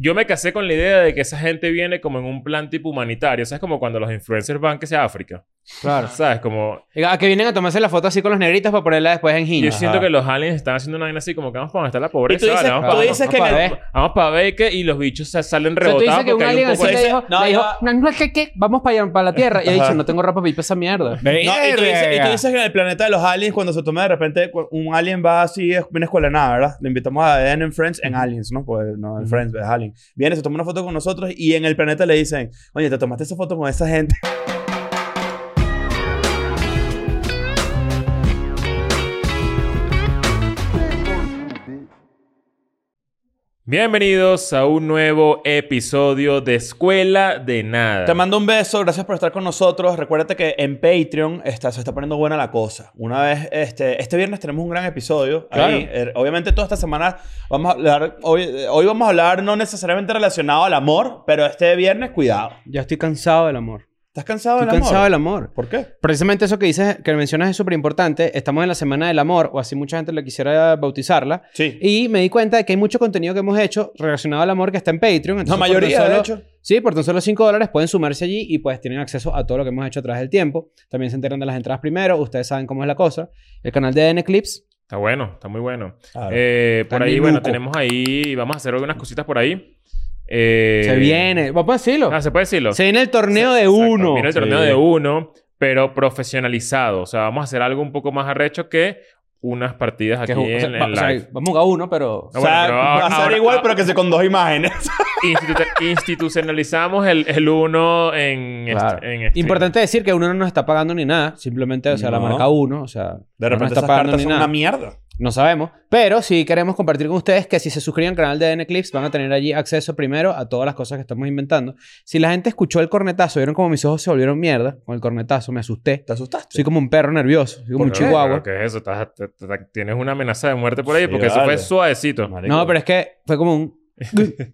Yo me casé con la idea de que esa gente viene como en un plan tipo humanitario. ¿Sabes? Como cuando los influencers van que sea África. Claro. ¿Sabes? Como... A ah, que vienen a tomarse la foto así con los negritos para ponerla después en Yo Gino. siento que los aliens están haciendo una vaina así como que vamos para donde está la pobreza. dices- vale, vamos tú para- dices vamos que para en el- Be- Vamos para Baker y los bichos sa- salen O sea, tú rebotados dices que un porque hay alien un así poco de- le de- dijo, No, le dijo, no. no, no, que, que, vamos para allá, para la Tierra. Y ha dicho, no tengo ropa pipa esa mierda. No, y, tú dices, y tú dices que en el planeta de los aliens, cuando se toma de repente, cu- un alien va así, es- vienes con la nada, ¿verdad? Le invitamos a Dan en Friends en Aliens, ¿no? Pues no, en Friends, es Alien. Viene, se toma una foto con nosotros y en el planeta le dicen, oye, te tomaste esa foto con esa gente. Bienvenidos a un nuevo episodio de Escuela de Nada. Te mando un beso, gracias por estar con nosotros. Recuérdate que en Patreon está, se está poniendo buena la cosa. Una vez, este, este viernes tenemos un gran episodio. ahí. Claro. Eh, obviamente toda esta semana vamos a hablar, hoy, eh, hoy vamos a hablar no necesariamente relacionado al amor, pero este viernes, cuidado. Ya estoy cansado del amor. ¿Estás cansado Estoy del amor? cansado del amor. ¿Por qué? Precisamente eso que dices, que mencionas es súper importante. Estamos en la semana del amor, o así mucha gente lo quisiera bautizarla. Sí. Y me di cuenta de que hay mucho contenido que hemos hecho relacionado al amor que está en Patreon. Entonces, La por tan mayoría, solo- de hecho. Sí, por tan solo 5 dólares pueden sumarse allí y pues tienen acceso a todo lo que hemos hecho a través del tiempo. También se enteran de las entradas primero, ustedes saben cómo es la cosa. El canal de DN Clips. Está bueno, está muy bueno. Claro. Eh, por ahí, También bueno, Luco. tenemos ahí, vamos a hacer algunas cositas por ahí. Eh, se viene. Vamos a decirlo. Ah, ¿Se puede decirlo? se viene el torneo Se- de exacto. uno. Viene el Sí. torneo de uno, pero profesionalizado. O sea, vamos a hacer algo un poco más arrecho que unas partidas aquí Que es un- o en, sea, en va- o sea, live. vamos a uno, pero... ah, Ah, o sea, bueno, pero va a ser ahora- igual, pero que se con dos imágenes. Institu- institucionalizamos el, el uno en, est- Claro. en stream. Importante decir que uno no nos está pagando ni nada. Simplemente, o sea, la No. marca uno. O sea, no De nos repente está esas pagando cartas ni son una nada. mierda. No sabemos. Pero sí queremos compartir con ustedes que si se suscriben al canal de DN Clips van a tener allí acceso primero a todas las cosas que estamos inventando. Si la gente escuchó el cornetazo, vieron como mis ojos se volvieron mierda con el cornetazo, me asusté. ¿Te asustaste? Soy como un perro nervioso. Soy como un Pero- chihuahua. pero ¿Qué es eso? Estás- te- te- te- tienes una amenaza de muerte por ahí Sí, porque eso fue vale. suavecito. Marico. No, pero es que fue como un...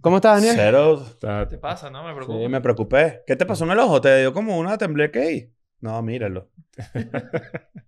¿Cómo estás, Daniel? Cero. Está- te pasa? No me Sí, me preocupé. ¿Qué te pasó en el ojo? ¿Te dio como una tembleque ahí? No, míralo.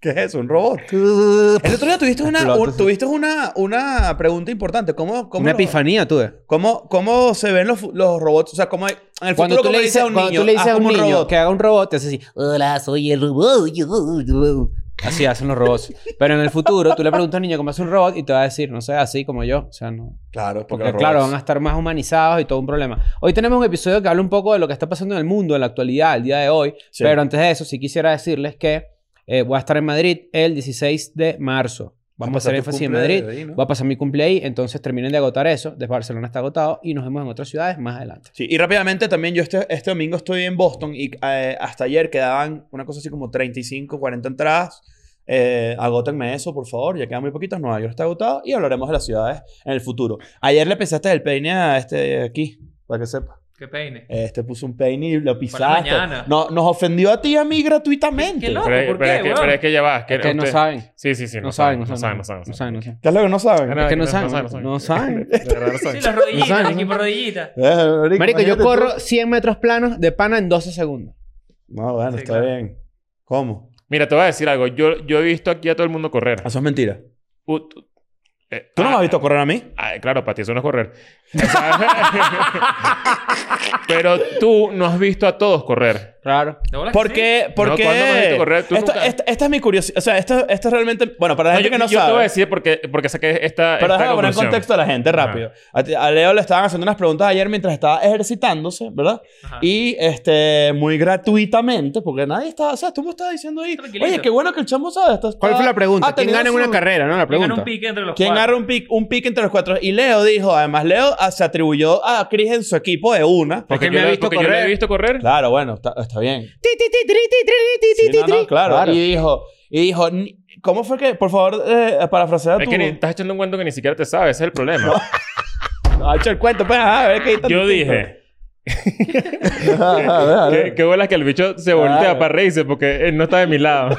¿Qué es eso? ¿Un robot? El otro día tuviste una, Explota, un- sí. tuviste una, una pregunta importante. ¿Cómo, cómo, Una lo- epifanía tuve. cómo, cómo se ven los, fu- los robots? O sea, ¿cómo hay, en el futuro Cuando tú, cómo le dices, a un cuando niño, tú le dices "Haz a un como niño robot"? que haga un robot, te hace así, hola, soy el robot. yo, yo". Así hacen los robots. Pero en el futuro, tú le preguntas a un niño cómo hace un robot y te va a decir, no sé, así como yo. O sea, no. Claro, porque, Porque, los claro, robots- van a estar más humanizados y todo un problema. Hoy tenemos un episodio que habla un poco de lo que está pasando en el mundo, en la actualidad, el día de hoy. Sí. Pero antes de eso, sí quisiera decirles que eh, voy a estar en Madrid el 16 de marzo. Vas Vamos a pasar hacer tu énfasis en cumple Madrid. ahí, ¿no? Va a pasar mi cumple ahí, entonces terminen de agotar eso. Desde Barcelona está agotado y nos vemos en otras ciudades más adelante. Sí, y rápidamente también yo este, este domingo estoy en Boston y eh, hasta ayer quedaban una cosa así como 35, 40 entradas. Eh, agótenme eso, por favor. Ya quedan muy poquitas. Nueva York está agotado y hablaremos de las ciudades en el futuro. Ayer le pensaste el peine a este aquí, para que sepa. ¿Qué peine? Este puso un peine y lo pisaste. mañana. No, nos ofendió a ti y a mí gratuitamente. ¿Qué- qué loco? Pero, es- ¿Por pero qué, es que, weón? pero es que ya va. es que Es que no usted- saben. Sí, sí, sí. No saben, no No saben. saben, no saben. No saben, no saben. ¿Qué es lo que no saben? Ah, Es que no no saben. saben, No saben. De verdad no Sí, saben. las No rodillitas, sabes, aquí ¿no? por rodillitas. Eh, Marico, yo imagínate corro tú. 100 metros planos de pana en 12 segundos. No, bueno, Sí, está claro. bien. ¿Cómo? Mira, te voy a decir algo. Yo, yo he visto aquí a todo el mundo correr. Eso es mentira. Uh, tú- eh, ¿Tú no ah, me has visto correr a mí? ah, claro, para ti eso no es correr. O sea, pero tú no has visto a todos correr. Claro. ¿De bolas que ¿Por sí? qué? ¿Por No, qué? Ah, ¿cuándo me has visto correr? Tú Esta, nunca- esta- esta es mi curiosidad. O sea, esto, esto es realmente... Bueno, para la gente yo, que no yo te voy a sabe... decir porque, porque saqué esta. Pero esta déjame poner en conclusión. contexto a la gente rápido. A, ti- a Leo le estaban haciendo unas preguntas ayer mientras estaba ejercitándose, ¿verdad? Ah. Ajá. Y este, muy gratuitamente, porque nadie estaba. O sea, tú me estabas diciendo ahí. Tranquilito. Oye, qué bueno que el chamo sabe. Está, está- ¿Cuál fue la pregunta? ha ¿Quién tenido gana en su- una carrera? No, la Ah, Tengan pregunta. un pique entre los ¿Quién cuatro. agarra un pick, un pick entre los cuatro? Y Leo dijo, además, Leo ah, se atribuyó a Chris en su equipo de una. Porque, Es que me yo, ha la- visto porque yo la correr. he visto correr. Claro, bueno, está, está bien. Ti, ti, ti, tri, ti, tri, ti, Sí, ti, ti, no, no, tri. claro. Claro. Y dijo, y dijo, ni- ¿cómo fue que? Por favor, eh, parafrasear a Es tu. que ni- estás echando un cuento que ni siquiera te sabes. Ese es el problema. Ha hecho el cuento, pues, ajá, a ver qué hay tan yo distinto. dije. Ajá, ajá, ajá. Qué, qué bolas que el bicho se voltea Claro. para reírse porque él no está de mi lado.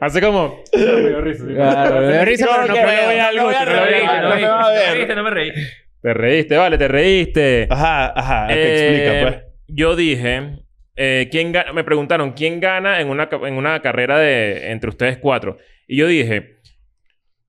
Así como. Claro, me dio risa, No, pero no que puedo. veo. veas algo que No me reí, no me reí. No me va a ver. No me reíste, no me reí. Te reíste, vale, te reíste. Ajá, ajá, Ah, te Eh, explica, pues. Yo dije, eh, ¿quién gana? me preguntaron, ¿quién gana en una, ca- en una carrera de, entre ustedes cuatro? Y yo dije,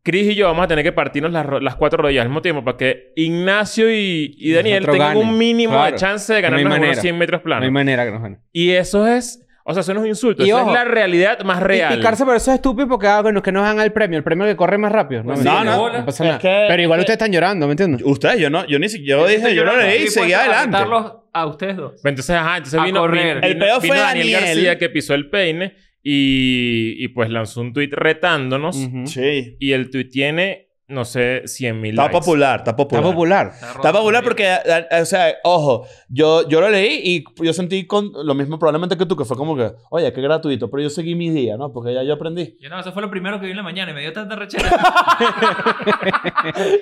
Chris y yo vamos a tener que partirnos las, ro- las cuatro rodillas al mismo tiempo para que Ignacio y, y Daniel Nosotros tengan ganen. un mínimo Claro. de chance de No hay ganar unos manera. 100 metros No hay planos. manera que nos gane. y eso es... O sea, eso no es un insulto. Y eso ojo, es la realidad más real. Y picarse por eso es estúpido porque ah, bueno, que no dan el premio. El premio que corre más rápido. No, Pues sí, mentira, no, no, bola. pasa Es nada. que- Pero igual es que- ustedes están llorando, ¿me entiendes? Ustedes, yo no, yo ni si- yo dije, yo no leí, seguí adelante. Atarlos a ustedes dos. Pues Entonces, ajá, entonces A vino, correr. vino- El peor vino fue Daniel, Daniel. García que pisó el peine y, y pues lanzó un tuit retándonos. Ujú. Sí. Y el tuit tiene, no sé, 100 mil Está likes. popular, está Está popular. popular. Está popular porque, a- a- o sea, ojo, yo, yo lo leí y yo sentí con lo mismo probablemente que tú, que fue como que, oye, qué gratuito, pero yo seguí mis días, ¿no? Porque ya yo aprendí. Yo no, eso fue lo primero que vi en la mañana y me dio tanta rechera.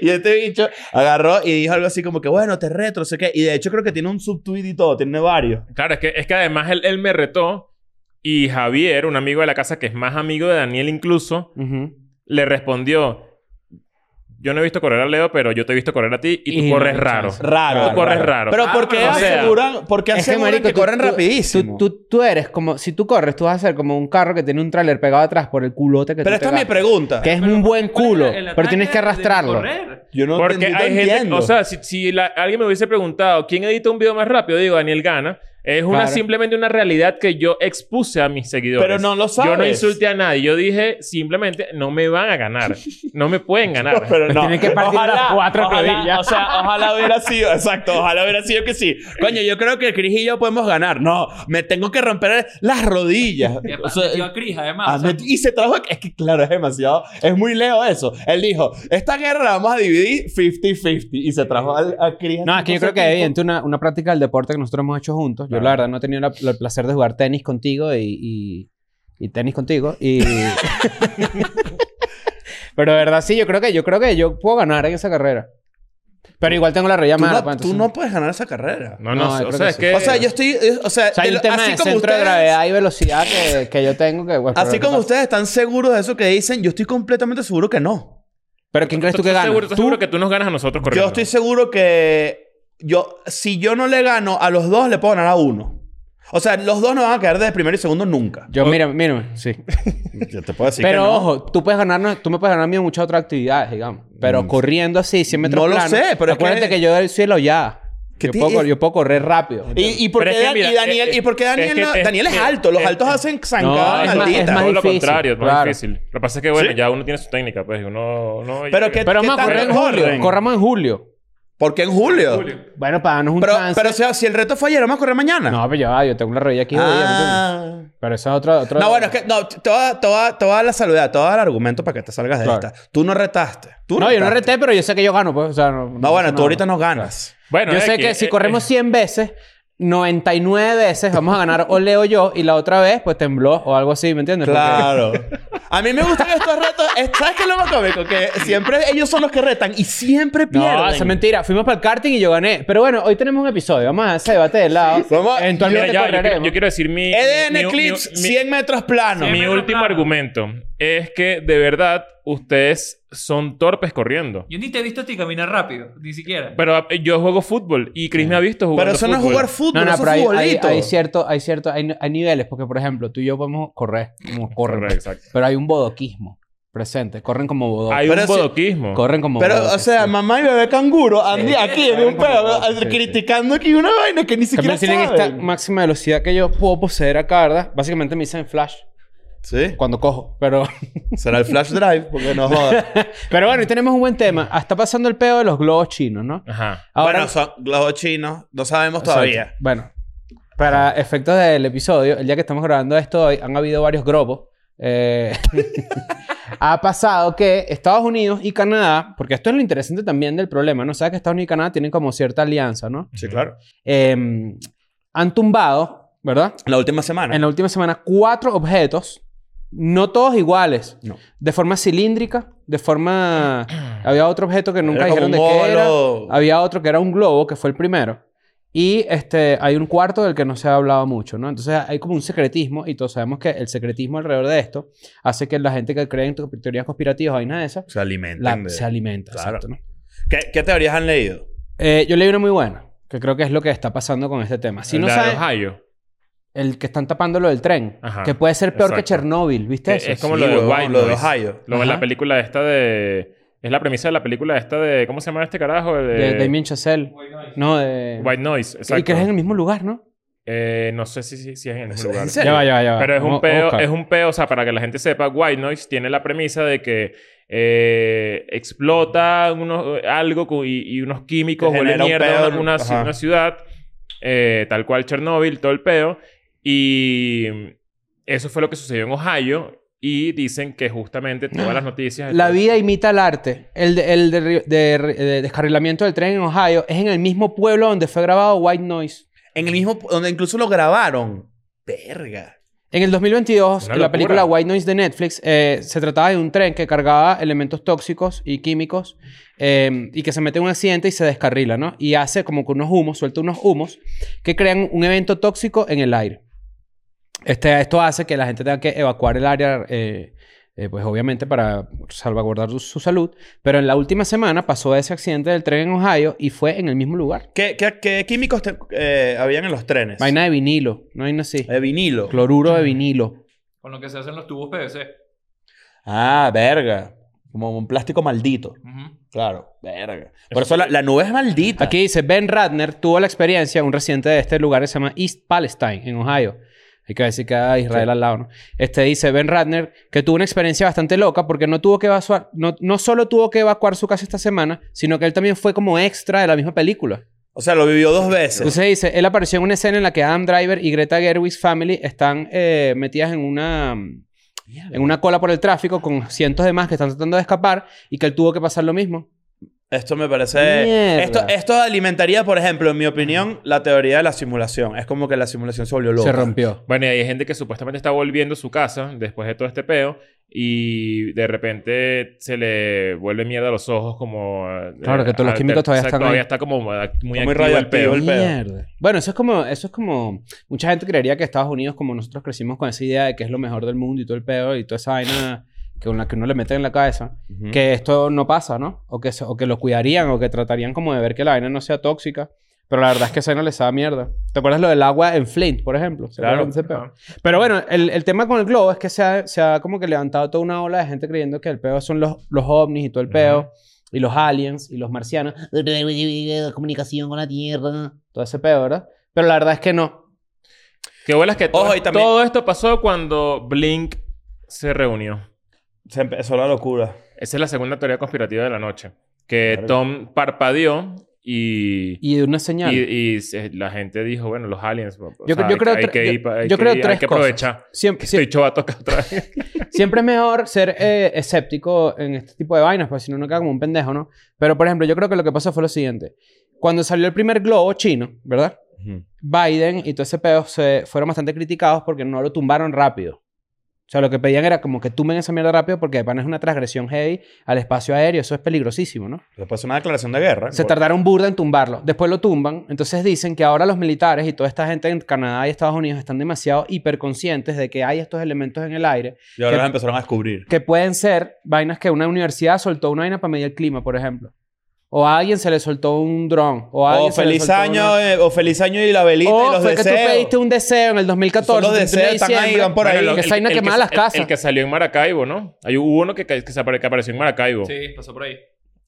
Y este bicho agarró y dijo algo así como que, bueno, te reto, no sé qué. Y de hecho creo que tiene un subtweet y todo, tiene varios. Claro, es que, es que además él, él me retó y Javier, un amigo de la casa que es más amigo de Daniel incluso, Ujú. le respondió... Yo no he visto correr a Leo, pero yo te he visto correr a ti y tú Y no corres hay raro. chance. Raro. Tú corres raro. Pero Ah, ¿por qué pero, o sea, aseguran, por qué Es que, aseguran marico, que tú- corren tú- rapidísimo? Tú, tú, tú eres como... Si tú corres, tú vas a ser como un carro que tiene un tráiler pegado atrás por el culote que pero tú esta es mi pegaste. pregunta. Que es un buen culo. Pero tienes que arrastrarlo. Yo no Porque entendí, no hay gente, entiendo. o sea, si, si la- alguien me hubiese preguntado quién edita un video más rápido, digo Daniel Gana. Es una, Claro. simplemente una realidad que yo expuse a mis seguidores. Pero no lo Yo no sabes. insulté a nadie. Yo dije simplemente no me van a ganar. No me pueden ganar. Pero no. Tienen que partir las cuatro ojalá, rodillas. O sea, ojalá hubiera sido, exacto, ojalá hubiera sido que sí. Coño, yo creo que Cris y yo podemos ganar. No, me tengo que romper las rodillas. O sea, Metió a Cris, además. ah, o sea, me- y se trajo, es que claro, es demasiado, es muy leo eso. Él dijo, esta guerra la vamos a dividir 50-50 y se trajo al- a, Cris. No, es que yo creo que es bien. evidente una, una práctica del deporte que nosotros hemos hecho juntos. Yo, Claro. la verdad, no he tenido la- la- el placer de jugar tenis contigo y. y- y tenis contigo. Y. Pero de verdad, sí, yo creo que yo creo que yo puedo ganar en esa carrera. Pero igual tengo la raya Tú, mala. no, pues, tú entonces- no puedes ganar esa carrera. no, no, No, yo o creo sea, que es sí. que. O sea, yo estoy, eh, o sea, O sea, hay un de lo- tema de así centro como de ustedes, gravedad y velocidad que, que yo tengo que... bueno, así pero- como ustedes están seguros de eso que dicen, yo estoy completamente seguro que no. ¿Pero quién crees tú que ¿Estás gana? Seguro, estás seguro que tú nos ganas a nosotros corriendo. Yo estoy seguro que yo, si yo no le gano a los dos, le puedo ganar a uno. O sea, los dos no van a quedar de primero y segundo nunca. Yo, mírame, mírame, sí. Yo te puedo decir pero que no. ojo, tú puedes ganarnos, tú me puedes ganar a mí en muchas otras actividades, digamos. Pero corriendo así, 100 metros Mm. No lo planos, sé, pero es Acuérdate que- que, yo soy el ya. ¿Qué Yo te- puedo, cor- yo puedo correr rápido. ¿Y, y por Pero qué es que Dan- mira, y Daniel, eh, ¿y por qué eh, Daniel, es que no- te- Daniel es eh, alto? Los eh, altos eh, hacen no, zancada es más- maldita. es más- Todo lo difícil, contrario, es más claro. difícil. Lo que pasa es que, bueno, ¿Sí? ya uno tiene su técnica, pues. y Uno, no, Pero que- Pero vamos a ¿Qué correr en tanto julio. corren? Corramos en julio. ¿Por qué en julio? Bueno, para darnos un Pero, chance. pero o sea, si el reto fue ayer, vamos a correr mañana. No, pero ya va, yo tengo la rodilla aquí jodida, ¿me entiendes? Ah. Pero eso es otra... otra... No, bueno, es que no, toda, toda, toda la salud, todo el argumento para que te salgas de Claro. esta. Tú no retaste. Tú No, yo no retaste. reté, pero yo sé que yo gano, pues. O sea, no, No, bueno, pasa tú nada. ahorita no ganas. Bueno, Yo es sé que si eh, corremos eh, 100 veces, 99 veces vamos a ganar o Leo yo y la otra vez pues tembló o algo así, ¿me entiendes? Porque- Claro. A mí me gustan estos retos. Es- ¿Sabes qué es lo más cómico? Que siempre ellos son los que retan y siempre pierden. No, eso es mentira. Fuimos para el karting y yo gané. Pero bueno, hoy tenemos un episodio. Vamos a dejar ese debate de lado. Vamos- mira, Eventualmente ya, yo, quiero, correremos. yo quiero decir mi. EDN mi- mi- Eclipse, mi- 100 metros plano. Mi Siempre último lo claro. argumento es que de verdad ustedes son torpes corriendo. Yo ni te he visto a ti caminar rápido, ni siquiera. Pero eh, yo juego fútbol y Chris me ha visto jugar. Pero eso no es jugar fútbol, No, no, eso pero es hay, hay, futbolito. hay cierto, hay cierto, hay, hay niveles. Porque, por ejemplo, tú y yo podemos correr. Como corren. Correcto, pues. exacto. Pero hay un bodoquismo presente. Corren como bodoquis. Hay Pero un si- bodoquismo. Corren como Pero, bodoques, o sea, sí. mamá y bebé canguro, Andy, aquí en un pedo, Sí, sí. criticando aquí una vaina que ni siquiera También tienen esta saben. máxima velocidad que yo puedo poseer acá, ¿verdad? Básicamente me dicen flash Sí, cuando cojo. Pero... será el flash drive, porque no jodas. Pero bueno, hoy tenemos un buen tema. Ah, Está pasando el peo de los globos chinos, ¿no? Ajá. Ahora, bueno, son globos chinos, no sabemos Exacto. todavía. Bueno, para efectos del episodio, el día que estamos grabando esto hoy, han habido varios globos. Eh, ha pasado que Estados Unidos y Canadá, porque esto es lo interesante también del problema, ¿no? Sabes que Estados Unidos y Canadá tienen como cierta alianza, ¿no? Sí, claro. Em, han tumbado, ¿verdad? La última semana. En la última semana, cuatro objetos, no todos iguales, No. de forma cilíndrica, de forma... Había otro objeto que nunca Era como dijeron de un qué era. bolo. Había otro que era un globo, que fue el primero. Y este, hay un cuarto del que no se ha hablado mucho, ¿no? Entonces hay como un secretismo y todos sabemos que el secretismo alrededro de esto hace que la gente que cree en tu- teorías conspirativas o vainas de esas Se la- alimentan. de- se alimenta. Claro. exacto, ¿no? ¿Qué, ¿Qué teorías han leído? Eh, yo leí una muy buena, que creo que es lo que está pasando con este tema. Si no La de saben, Ohio. El que están tapando lo del tren. Ajá, que puede ser peor que exacto. Chernobyl, ¿viste Que eso? es como sí, lo de huevón, White lo de Noise. Ohio. Lo de la Ajá. película esta de... Es la premisa de la película esta de... ¿Cómo se llama este carajo? De, De Damien Chazelle. No, de... White Noise, exacto. y que es en el mismo lugar, ¿no? Eh, no sé si, si, si es en el mismo lugar. ¿En serio? ya va, ya Pero es un, Vamos a peo, buscar. es un peo, o sea, para que la gente sepa, White Noise tiene la premisa de que eh, explota unos, algo cu- y, y unos químicos, Que huele genera un mierda peo, a una, una ci- ajá. una ciudad, eh, tal cual Chernóbil, todo el peo. Y eso fue lo que sucedió en Ohio. Y dicen que justamente todas las noticias... La vida imita el arte. El, de- el de, ri- de ri- de descarrilamiento del tren en Ohio es en el mismo pueblo donde fue grabado White Noise. En el mismo... Donde incluso lo grabaron. Verga. En el 2022, Una la locura. película White Noise de Netflix eh, se trataba de un tren que cargaba elementos tóxicos y químicos eh, y que se mete en un accidente y se descarrila, ¿no? Y hace como que unos humos, suelta unos humos que crean un evento tóxico en el aire. Este, esto hace que la gente tenga que evacuar el área, eh, eh, pues obviamente para salvaguardar su, su salud. Pero en la última semana pasó ese accidente del tren en Ohio y fue en el mismo lugar. ¿Qué, qué, qué químicos te- eh, habían en los trenes? Vaina de vinilo, no hay así. Eh, De vinilo. Cloruro de vinilo. Con lo que se hacen los tubos PVC. Ah, verga. Como un plástico maldito. Ujú. Claro, verga. Por eso la, la nube es maldita. Aquí dice, Ben Ratner tuvo la experiencia, un residente de este lugar que se llama East Palestine, en Ohio. Hay que decir que a Israel al lado, ¿no? Este dice Ben Ratner que tuvo una experiencia bastante loca porque no tuvo que evacuar, no, no solo tuvo que evacuar su casa esta semana, sino que él también fue como extra de la misma película. O sea, lo vivió dos veces. Entonces dice, él apareció en una escena en la que Adam Driver y Greta Gerwig's Family están eh, metidas en una, en una cola por el tráfico con cientos de más que están tratando de escapar y que él tuvo que pasar lo mismo. Esto me parece... Mierda. Esto, esto alimentaría, por ejemplo, en mi opinión, la teoría de la simulación. Es como que la simulación se volvió loca. Se rompió. Bueno, y hay gente que supuestamente está volviendo a su casa después de todo este peo y de repente se le vuelve mierda a los ojos como... eh, Claro, que todos los alter- químicos todavía o sea, están Todavía ahí. está como eh, muy, Está muy activo el radioactivo peo. el pedo. Mierda. Bueno, eso es como, eso es como, mucha gente creería que Estados Unidos, como nosotros crecimos con esa idea de que es lo mejor del mundo y todo el pedo y toda esa vaina que con la que uno le mete en la cabeza, Ujú. que esto no pasa, ¿no? O que, se- o que lo cuidarían o que tratarían como de ver que la vaina no sea tóxica. Pero la verdad es que esa vaina les da mierda. ¿Te acuerdas lo del agua en Flint, por ejemplo? ¿Se Claro. acuerdan de ese pedo? Pero bueno, el, el tema con el globo es que se ha, se ha como que levantado toda una ola de gente creyendo que el peo son los, los ovnis y todo el peo. Y los aliens y los marcianos. comunicación con la Tierra. Todo ese pedo, ¿verdad? Pero la verdad es que no. Que vuelas que todo, Ojo, y también- todo esto pasó cuando Blink se reunió. Se empezó la locura. Esa es la segunda teoría conspirativa de la noche. Que Claro. Tom parpadeó y... Y de una Y, señal. y se- la gente dijo, bueno, los aliens. o Yo- sea, yo creo hay tre- que yo- ir pa- hay yo que creo ir- hay tres que cosas. aprovechar. Siempre, Que sie- estoy chovato acá otra vez. siempre es mejor ser eh, escéptico en este tipo de vainas, porque si no, uno queda como un pendejo, ¿no? Pero, por ejemplo, yo creo que lo que pasó fue lo siguiente. Cuando salió el primer globo chino, ¿verdad? Biden y todo ese pedo se fueron bastante criticados porque no lo tumbaron rápido. O sea, lo que pedían era como que tumben esa mierda rápido porque de pana es una transgresión heavy al espacio aéreo. Eso es peligrosísimo, ¿no? Después una declaración de guerra. Se tardaron burda en tumbarlo. Después lo tumban. Entonces dicen que ahora los militares y toda esta gente en Canadá y Estados Unidos están demasiado hiperconscientes de que hay estos elementos en el aire Y que- ahora las empezaron a descubrir. que pueden ser vainas que una universidad soltó una vaina para medir el clima, por ejemplo. O a alguien se le soltó un dron. O, a O alguien se le Oh, feliz soltó año, una- eh, o feliz año y la velita O y los fue deseos. que tú pediste un deseo en el 2014. Son los 31 de deseos, están ahí, diciembre. van por ahí. lo- Que esa vaina que quemaba sa- las casas. el que salió en Maracaibo, ¿no? Hay, hubo uno que, que, que se apare- que apareció en Maracaibo. Sí, pasó por ahí.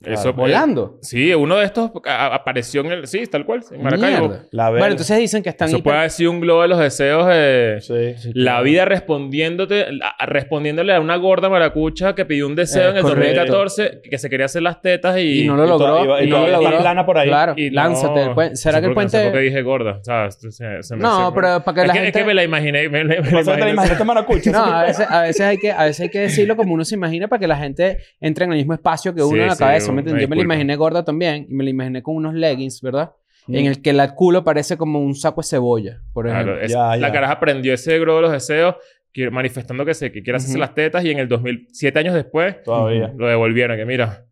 Eso, Volando. Sí, uno de estos a- a- apareció en el... Sí, tal cual, en Maracaibo. Mierda. La verga. Bueno, entonces dicen que están Eso hiper- puede haber sido un globo de los deseos de... Sí. sí. La vida respondiéndote, la- respondiéndole a una gorda maracucha que pidió un deseo Eh, en el correcto. 2014 que se quería hacer las tetas y... y no lo logró. y to- y y no lo todavía está logró. plana por ahí. Claro, y no- lánzate. el puen- ¿Será no sé que el por qué- No sé por qué puente...? dije gorda. o sea, se- se me- No, se- pero para que es, la que, es gente- que me la imaginé. Me, me- me la Por eso te la este imaginé. imaginaste maracucha. No, a veces, a, veces hay que, a veces hay que decirlo como uno se imagina para que la gente entre en el mismo espacio que uno Sí, en la sí, cabeza. una ¿me entiendes? yo me la disculpa. imaginé gorda también y me la imaginé con unos leggings, ¿verdad? Mm. En el que el culo parece como un saco de cebolla, por Claro, ejemplo. es- Ya, La ya. caraja aprendió ese globo de los deseos que- manifestando que, se, que quiere hacerse Ujú. las tetas y en el 2007 años después Todavía. lo devolvieron. Que mira,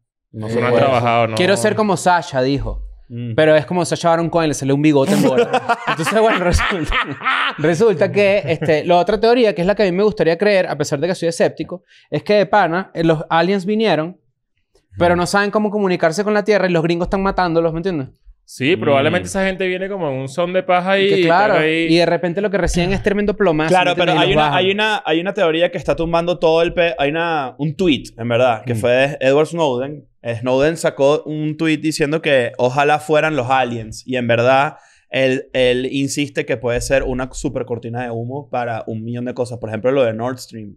tú no No has Pues, puede. trabajado. No. Quiero ser como Sasha, dijo. Pues, Mm. Pero es como Sasha Baron Cohen, le sale un bigote en bola. Entonces, bueno, resulta, resulta que este, la otra teoría, que es la que a mí me gustaría creer, a pesar de que soy escéptico, es que de pana eh, los aliens vinieron, pero no saben cómo comunicarse con la Tierra y los gringos están matándolos, ¿me entiendes? Sí, probablemente Mm. esa gente viene como en un son de paja Y y... que, claro, y ahí- de repente lo que reciben es tremendo plomazo. Claro, ¿me pero entiendes? Y los hay una, bajan. hay, una, hay una teoría que está tumbando todo el... pe- hay una, un tweet, en verdad, que Mm. fue de Edward Snowden. Eh, Snowden sacó un tweet diciendo que ojalá fueran los aliens. Y en verdad, él, él insiste que puede ser una super cortina de humo para un millón de cosas. Por ejemplo, lo de Nord Stream.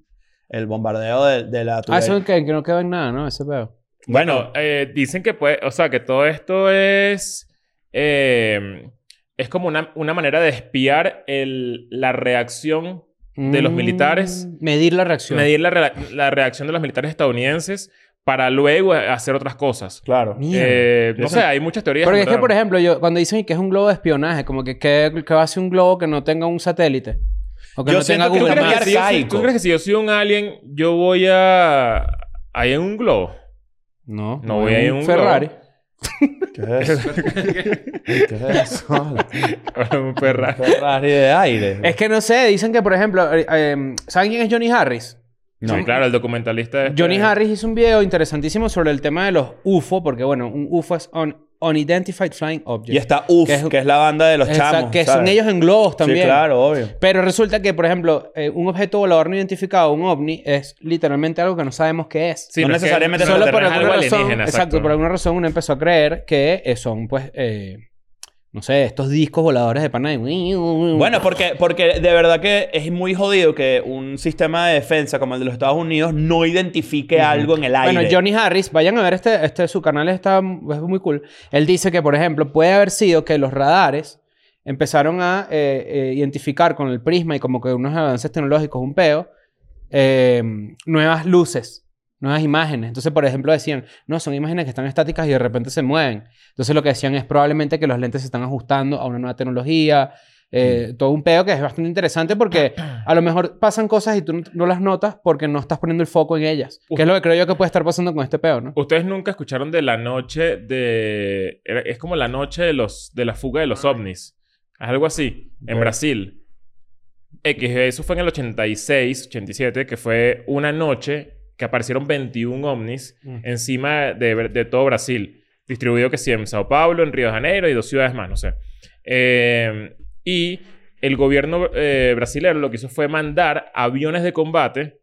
El bombardeo de, de la... Ah, tubería. eso que, que no quedó en nada, ¿no? Ese pedo. Bueno, eh, dicen que puede... O sea, que todo esto es... eh, es como una, una manera de espiar el, la reacción De los Mm, militares. Medir la reacción. medir la, rea- la reacción de los militares estadounidenses para luego hacer otras cosas. Claro. Mierda. Eh, no Eso- sé, hay muchas teorías. Porque es ¿verdad? que, por ejemplo, yo, cuando dicen que es un globo de espionaje, como que ¿qué, qué va a ser un globo que no tenga un satélite? O que Yo no tenga siento que ¿Tú Google crees, Maps. que si yo soy, arcaico. tú crees que si yo soy un alien, yo voy a... Ahí en un globo? No, No voy a ir a un globo. Ferrari. ¿Qué es eso? ¿Qué es eso? un perra. Ferrari de aire. Es que no sé, dicen que, por ejemplo, eh, eh, ¿saben quién es Johnny Harris? Sí, claro, el documentalista... este- Johnny Harris hizo un video interesantísimo sobre el tema de los UFO, porque bueno, un UFO es un Unidentified Flying Object. Y está UF, Que es- que, es la banda de los Exacto, chamos. que son ¿sabes? ellos en globos también. Sí, claro, obvio. Pero resulta que, por ejemplo, eh, un objeto volador no identificado, un ovni, es literalmente algo que no sabemos qué es. Sí, No pero es que necesariamente solo por extraterrestre, algo alguna razón, alienígena, exacto. por alguna razón uno empezó a creer que eh, son, pues, eh, no sé, estos discos voladores de pana. Bueno, Bueno, porque, porque de verdad que es muy jodido que un sistema de defensa como el de los Estados Unidos no identifique algo en el aire. bueno, Johnny Harris, vayan a ver este, este, su canal está es muy cool. Él dice que, por ejemplo, puede haber sido que los radares empezaron a eh, eh, identificar con el prisma y como que unos avances tecnológicos, un peo, eh, nuevas luces, nuevas imágenes. Entonces, por ejemplo, decían, no, son imágenes que están estáticas y de repente se mueven. Entonces, lo que decían es probablemente que los lentes se están ajustando a una nueva tecnología. eh, Todo un peo que es bastante interesante porque a lo mejor pasan cosas y tú no- no las notas porque no estás poniendo el foco en ellas. Que es lo que creo yo que puede estar pasando con este peo, ¿no? Ustedes nunca escucharon de la noche de... era- Es como la noche de, los... de la fuga de los ovnis. Es algo así. En Brasil. X, eso fue en el 86, 87, que fue una noche que aparecieron 21 ovnis Mm. encima de, de todo Brasil. Distribuido que sí en Sao Paulo, en Río de Janeiro y dos ciudades más, no sé. Eh, y el gobierno eh, brasileño lo que hizo fue mandar aviones de combate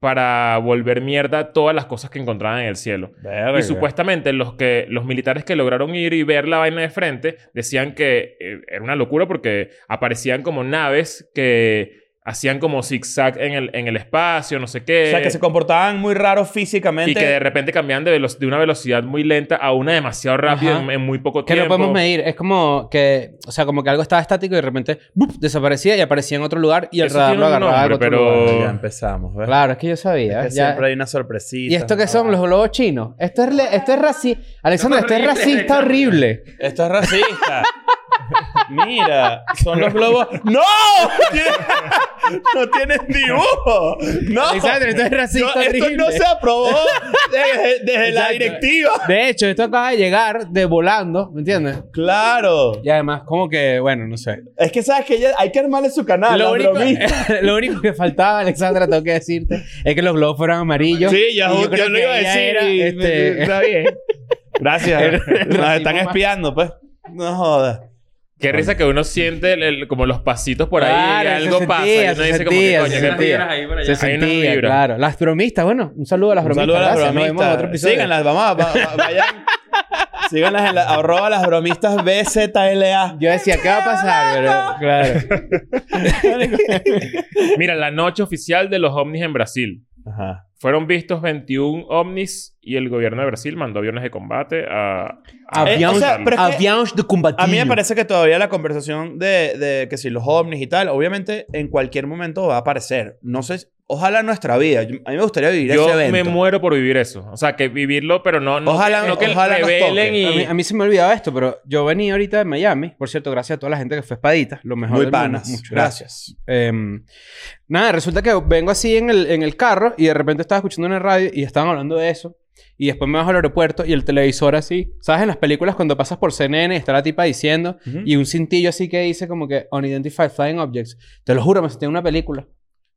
para volver mierda todas las cosas que encontraban en el cielo. Verga. Y supuestamente los, que, los militares que lograron ir y ver la vaina de frente decían que eh, era una locura porque aparecían como naves que hacían como zigzag en el, en el espacio, no sé qué. O sea, que se comportaban muy raros físicamente. y que de repente cambiaban de, velo- de una velocidad muy lenta a una demasiado rápida Ajá. en, en muy poco Que tiempo. no podemos medir. Es como que, o sea, como que algo estaba estático y de repente ¡bup! desaparecía y aparecía en otro lugar y el Eso radar tiene lo un agarraba nombre, en otro pero- lugar. Ya empezamos, ¿verdad? Claro, es que yo sabía. ya- siempre hay una sorpresita. ¿Y esto qué son? ¿Los globos chinos? Esto es, le- esto es racista. Alexandra, esto es Horrible, racista Alexandra. horrible. Esto es racista. Mira, son los globos. ¡No! ¡No tienen dibujo! ¡No! Alexandra, esto es racista No, esto horrible. no se aprobó desde, desde Exacto. la directiva. De hecho, esto acaba de llegar de volando, ¿me entiendes? Claro. Y además, como que, bueno, no sé. Es que sabes que ya hay que armarle su canal. Lo la único, bromista. lo único que faltaba, Alexandra, tengo que decirte, es que los globos fueron amarillos. Sí, ya Y yo creo lo que iba a ella decir era, y- este, está bien. Gracias. Nos están espiando, pues. No jodas. Qué risa que uno siente el- el- como los pasitos por ahí Claro, y se algo pasa. Y sentía, uno se dice como que sentía, coño, se qué sentía. pena. Se Hay una sentía, vibra. claro. Las bromistas, bueno, un saludo a las Un bromistas. saludo a las gracias. Nos vemos en bromistas. otro episodio. Síganlas, vamos a- va- va- vayan. Síganlas en la, arroba las bromistas BZLA. Yo decía, ¿qué va a pasar? Pero, claro. Mira, la noche oficial de los ovnis en Brasil. Ajá. Fueron vistos 21 ovnis y el gobierno de Brasil mandó aviones de combate a... a- Eh, o Avión, sea, pero es que- avión de combatir. A mí me parece que todavía la conversación de, de que si los ovnis y tal, obviamente en cualquier momento va a aparecer. No sé, si- ojalá nuestra vida. Yo- A mí me gustaría vivir ese Yo evento. me muero por vivir eso. O sea, que vivirlo, pero no, no Ojalá- que, no que ojalá nos revelen toque. y... A mí, a mí se me olvidaba esto, pero yo venía ahorita de Miami. Por cierto, gracias a toda la gente que fue espadita. Lo mejor Muy del mundo. panas. Muchas Gracias. Em, nada, resulta que vengo así en el, en el carro y de repente estaba escuchando una radio y estaban hablando de eso. Y después me bajo al aeropuerto y el televisor así. ¿Sabes? En las películas cuando pasas por CNN está la tipa diciendo Ujú. y un cintillo así que dice como que Unidentified Flying Objects. Te lo juro, me sentí en una película.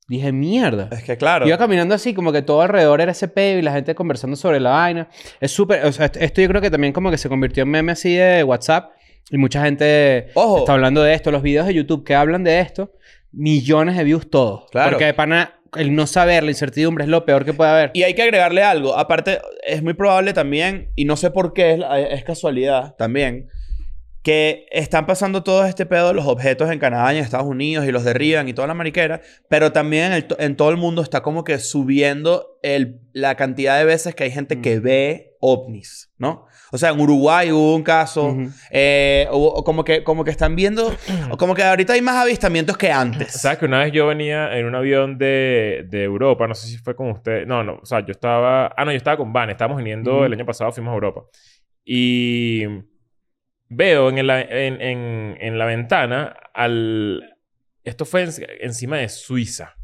Dije, mierda. Es que claro. Iba caminando así, como que todo alrededor era ese peo y la gente conversando sobre la vaina. Es súper... O sea, est- esto yo creo que también como que se convirtió en meme así de WhatsApp. Y mucha gente Ojo. está hablando de esto. Los videos de YouTube que hablan de esto, millones de views todos. Claro. Porque de pana, el no saber, la incertidumbre es lo peor que puede haber. Y hay que agregarle algo. Aparte, es muy probable también, y no sé por qué, es, la- es casualidad también, que están pasando todo este pedo de los objetos en Canadá y en Estados Unidos y los derriban y toda la mariquera, pero también en, el to- en todo el mundo está como que subiendo el, la cantidad de veces que hay gente que ve ovnis, ¿no? O sea, en Uruguay hubo un caso, Ujú. eh, hubo- como, que, como que están viendo, como que ahorita hay más avistamientos que antes. ¿Sabes que una vez yo venía en un avión de, de Europa? No sé si fue con usted. No, no. O sea, yo estaba... Ah, no. Yo estaba con Van. Estábamos viniendo... Ujú. El año pasado fuimos a Europa. Y... Veo en, el- en, en- en la ventana al... Esto fue en- encima de Suiza.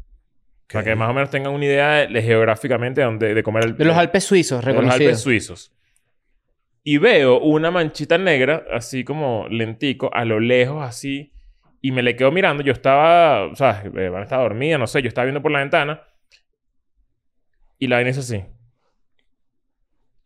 Para que más o menos tengan una idea de, de geográficamente de, dónde- de comer el... De los Alpes suizos, de los reconocidos. Alpes suizos. Y veo una manchita negra, así como lentico, a lo lejos, así. Y me le quedo mirando. Yo estaba, o sea, eh, van a estar dormida, no sé. Yo estaba viendo por la ventana. Y la vaina hizo así.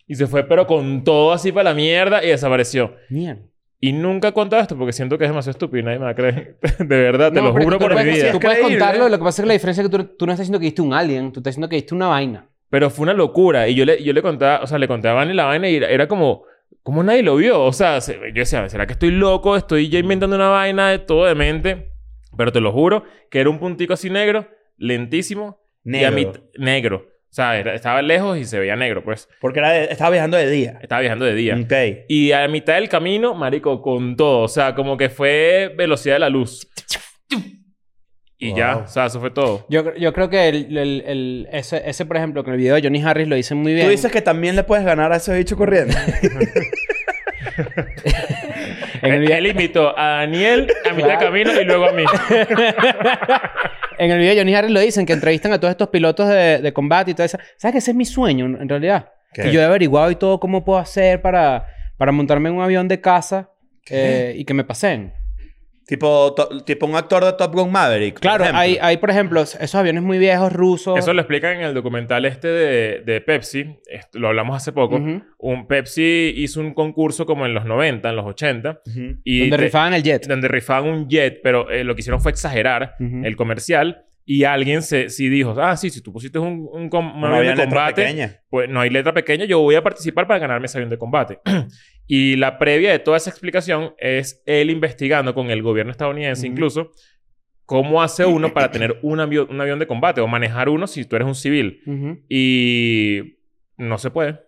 Y se fue, pero con todo así para la mierda y desapareció. Mierda. Y nunca he contado esto porque siento que es demasiado estúpido y nadie me va a creer. De verdad, te No, lo pero juro tú por mi puedes- vida. Tú puedes Increíble. contarlo, lo que pasa es que la diferencia es que tú, tú no estás diciendo que viste un alien, tú estás diciendo que viste una vaina. Pero fue una locura. Y yo le, yo le contaba, o sea, le contaba a Vane la vaina y era, era como, como nadie lo vio. O sea, se- yo decía, ¿será que estoy loco? Estoy ya inventando una vaina de todo demente. Pero te lo juro que era un puntico así negro, lentísimo. y a Negro. mit- negro. O sea, era- estaba lejos y se veía negro, pues. Porque era de- estaba viajando de día. Estaba viajando de Mm. día. Ok. Y a la mitad del camino, marico, con todo. O sea, como que fue velocidad de la luz. Y ya, Wow. o sea, eso fue todo. Yo, yo creo que el, el- el- ese, ese, por ejemplo, que en el video de Johnny Harris lo dicen muy bien. Tú dices que también le puedes ganar a ese bicho corriendo. en, el Él, video, él invitó a Daniel a mitad del Claro. camino y luego a mí. en el video de Johnny Harris lo dicen que entrevistan a todos estos pilotos de, de combate y todo eso. ¿Sabes que ese es mi sueño, en en realidad? ¿Qué? Que yo he averiguado y todo cómo puedo hacer para, para montarme en un avión de casa eh, y que me pasen. tipo, to- tipo un actor de Top Gun Maverick. por Claro, ejemplo. hay, hay, por ejemplo, esos aviones muy viejos rusos. Eso lo explican en el documental este de, de Pepsi. Esto Lo hablamos hace poco. Ujú. Un Pepsi hizo un concurso como en los 90, en los 80. Ujú. Y donde te- rifaban el jet. donde rifaban un jet, pero eh, lo que hicieron fue exagerar Ujú. el comercial. Y alguien se, sí dijo, ah, sí, si tú pusiste un, un, com- un No avión había de letra combate, pequeña. pues no hay letra pequeña, yo voy a participar para ganarme ese avión de combate. y la previa de toda esa explicación es él investigando con el gobierno estadounidense Ujú. incluso cómo hace uno para tener un, avión- un avión de combate o manejar uno si tú eres un civil. Ujú. Y no se puede. O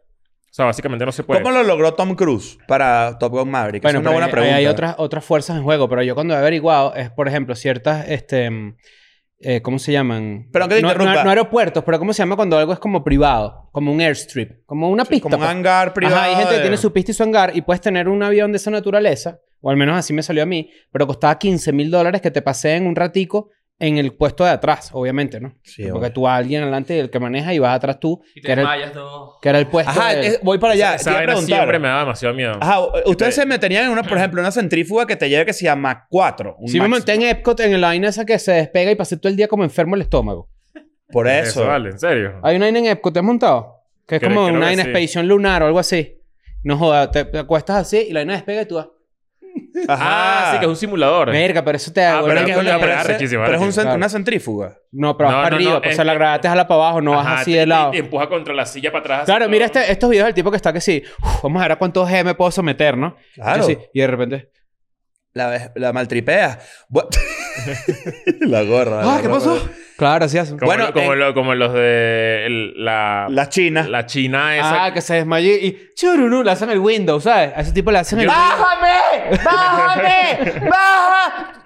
sea, básicamente no se puede. ¿Cómo lo logró Tom Cruise para Top Gun Maverick? Esa es una pero buena hay- pregunta. Hay, otras, otras fuerzas en juego, pero yo cuando he averiguado es, por ejemplo, ciertas, este, mm, eh, ¿cómo se llaman? Perdón que te no, no- interrumpa. no aeropuertos, pero ¿cómo se llama cuando algo es como privado? Como un airstrip, como una pista. Como un pues. hangar privado. Ajá, hay gente que de- tiene su pista y su hangar y puedes tener un avión de esa naturaleza, o al menos así me salió a mí, pero costaba 15 mil dólares que te paseen un ratico en el puesto de atrás, obviamente, ¿no? Sí, Porque obvio. tú vas alguien adelante y el que maneja y vas atrás tú, Y que te era, el, desmayas todo. que era el puesto Ajá, eh, del- es- voy para allá. Esa Te iba a vaina preguntar. siempre me da demasiado miedo. Ajá, ustedes se meterían en una, por ejemplo, en una centrífuga que te lleve que se llama 4. Sí me monté en Epcot en la vaina esa que se despega y pasé todo el día como enfermo el estómago. Por eso. vale, en serio. Hay una vaina en Epcot, ¿te has montado? Que es Creo- como creo una que vaina sí. expedición lunar o algo así. No jodas, te, te acuestas así y la vaina despega y tú vas... Ah, sí, que es un simulador. Verga, pero eso te... Ah, vuelve Pero es que es Coño, una- pero pero es- arrechísimo, pero es un cent- arrechísimo. una centrífuga. No, pero vas No, no, para no, arriba. pues, es- o sea, la gravedad te jala para abajo, no Ajá, vas así te- de lado. Y, y empuja contra la silla para atrás. así Claro, todo. mira este- estos videos del tipo que está que sí. "Uf, vamos a ver a cuántos G me puedo someter, ¿no? Claro. Yo sí, y de repente... La, la maltripea. Bu- la gorra. la Ah, ¿qué gorra. pasó? Claro, así hace. Como, Bueno, lo- como, en- lo- como los de el- la, la, La china. China esa. Ah, que se desmayó y... Chururú, le hacen el window, ¿sabes? A ese tipo le hacen el... Yo- ¡Bájame! ¡Bájame! ¡Baja!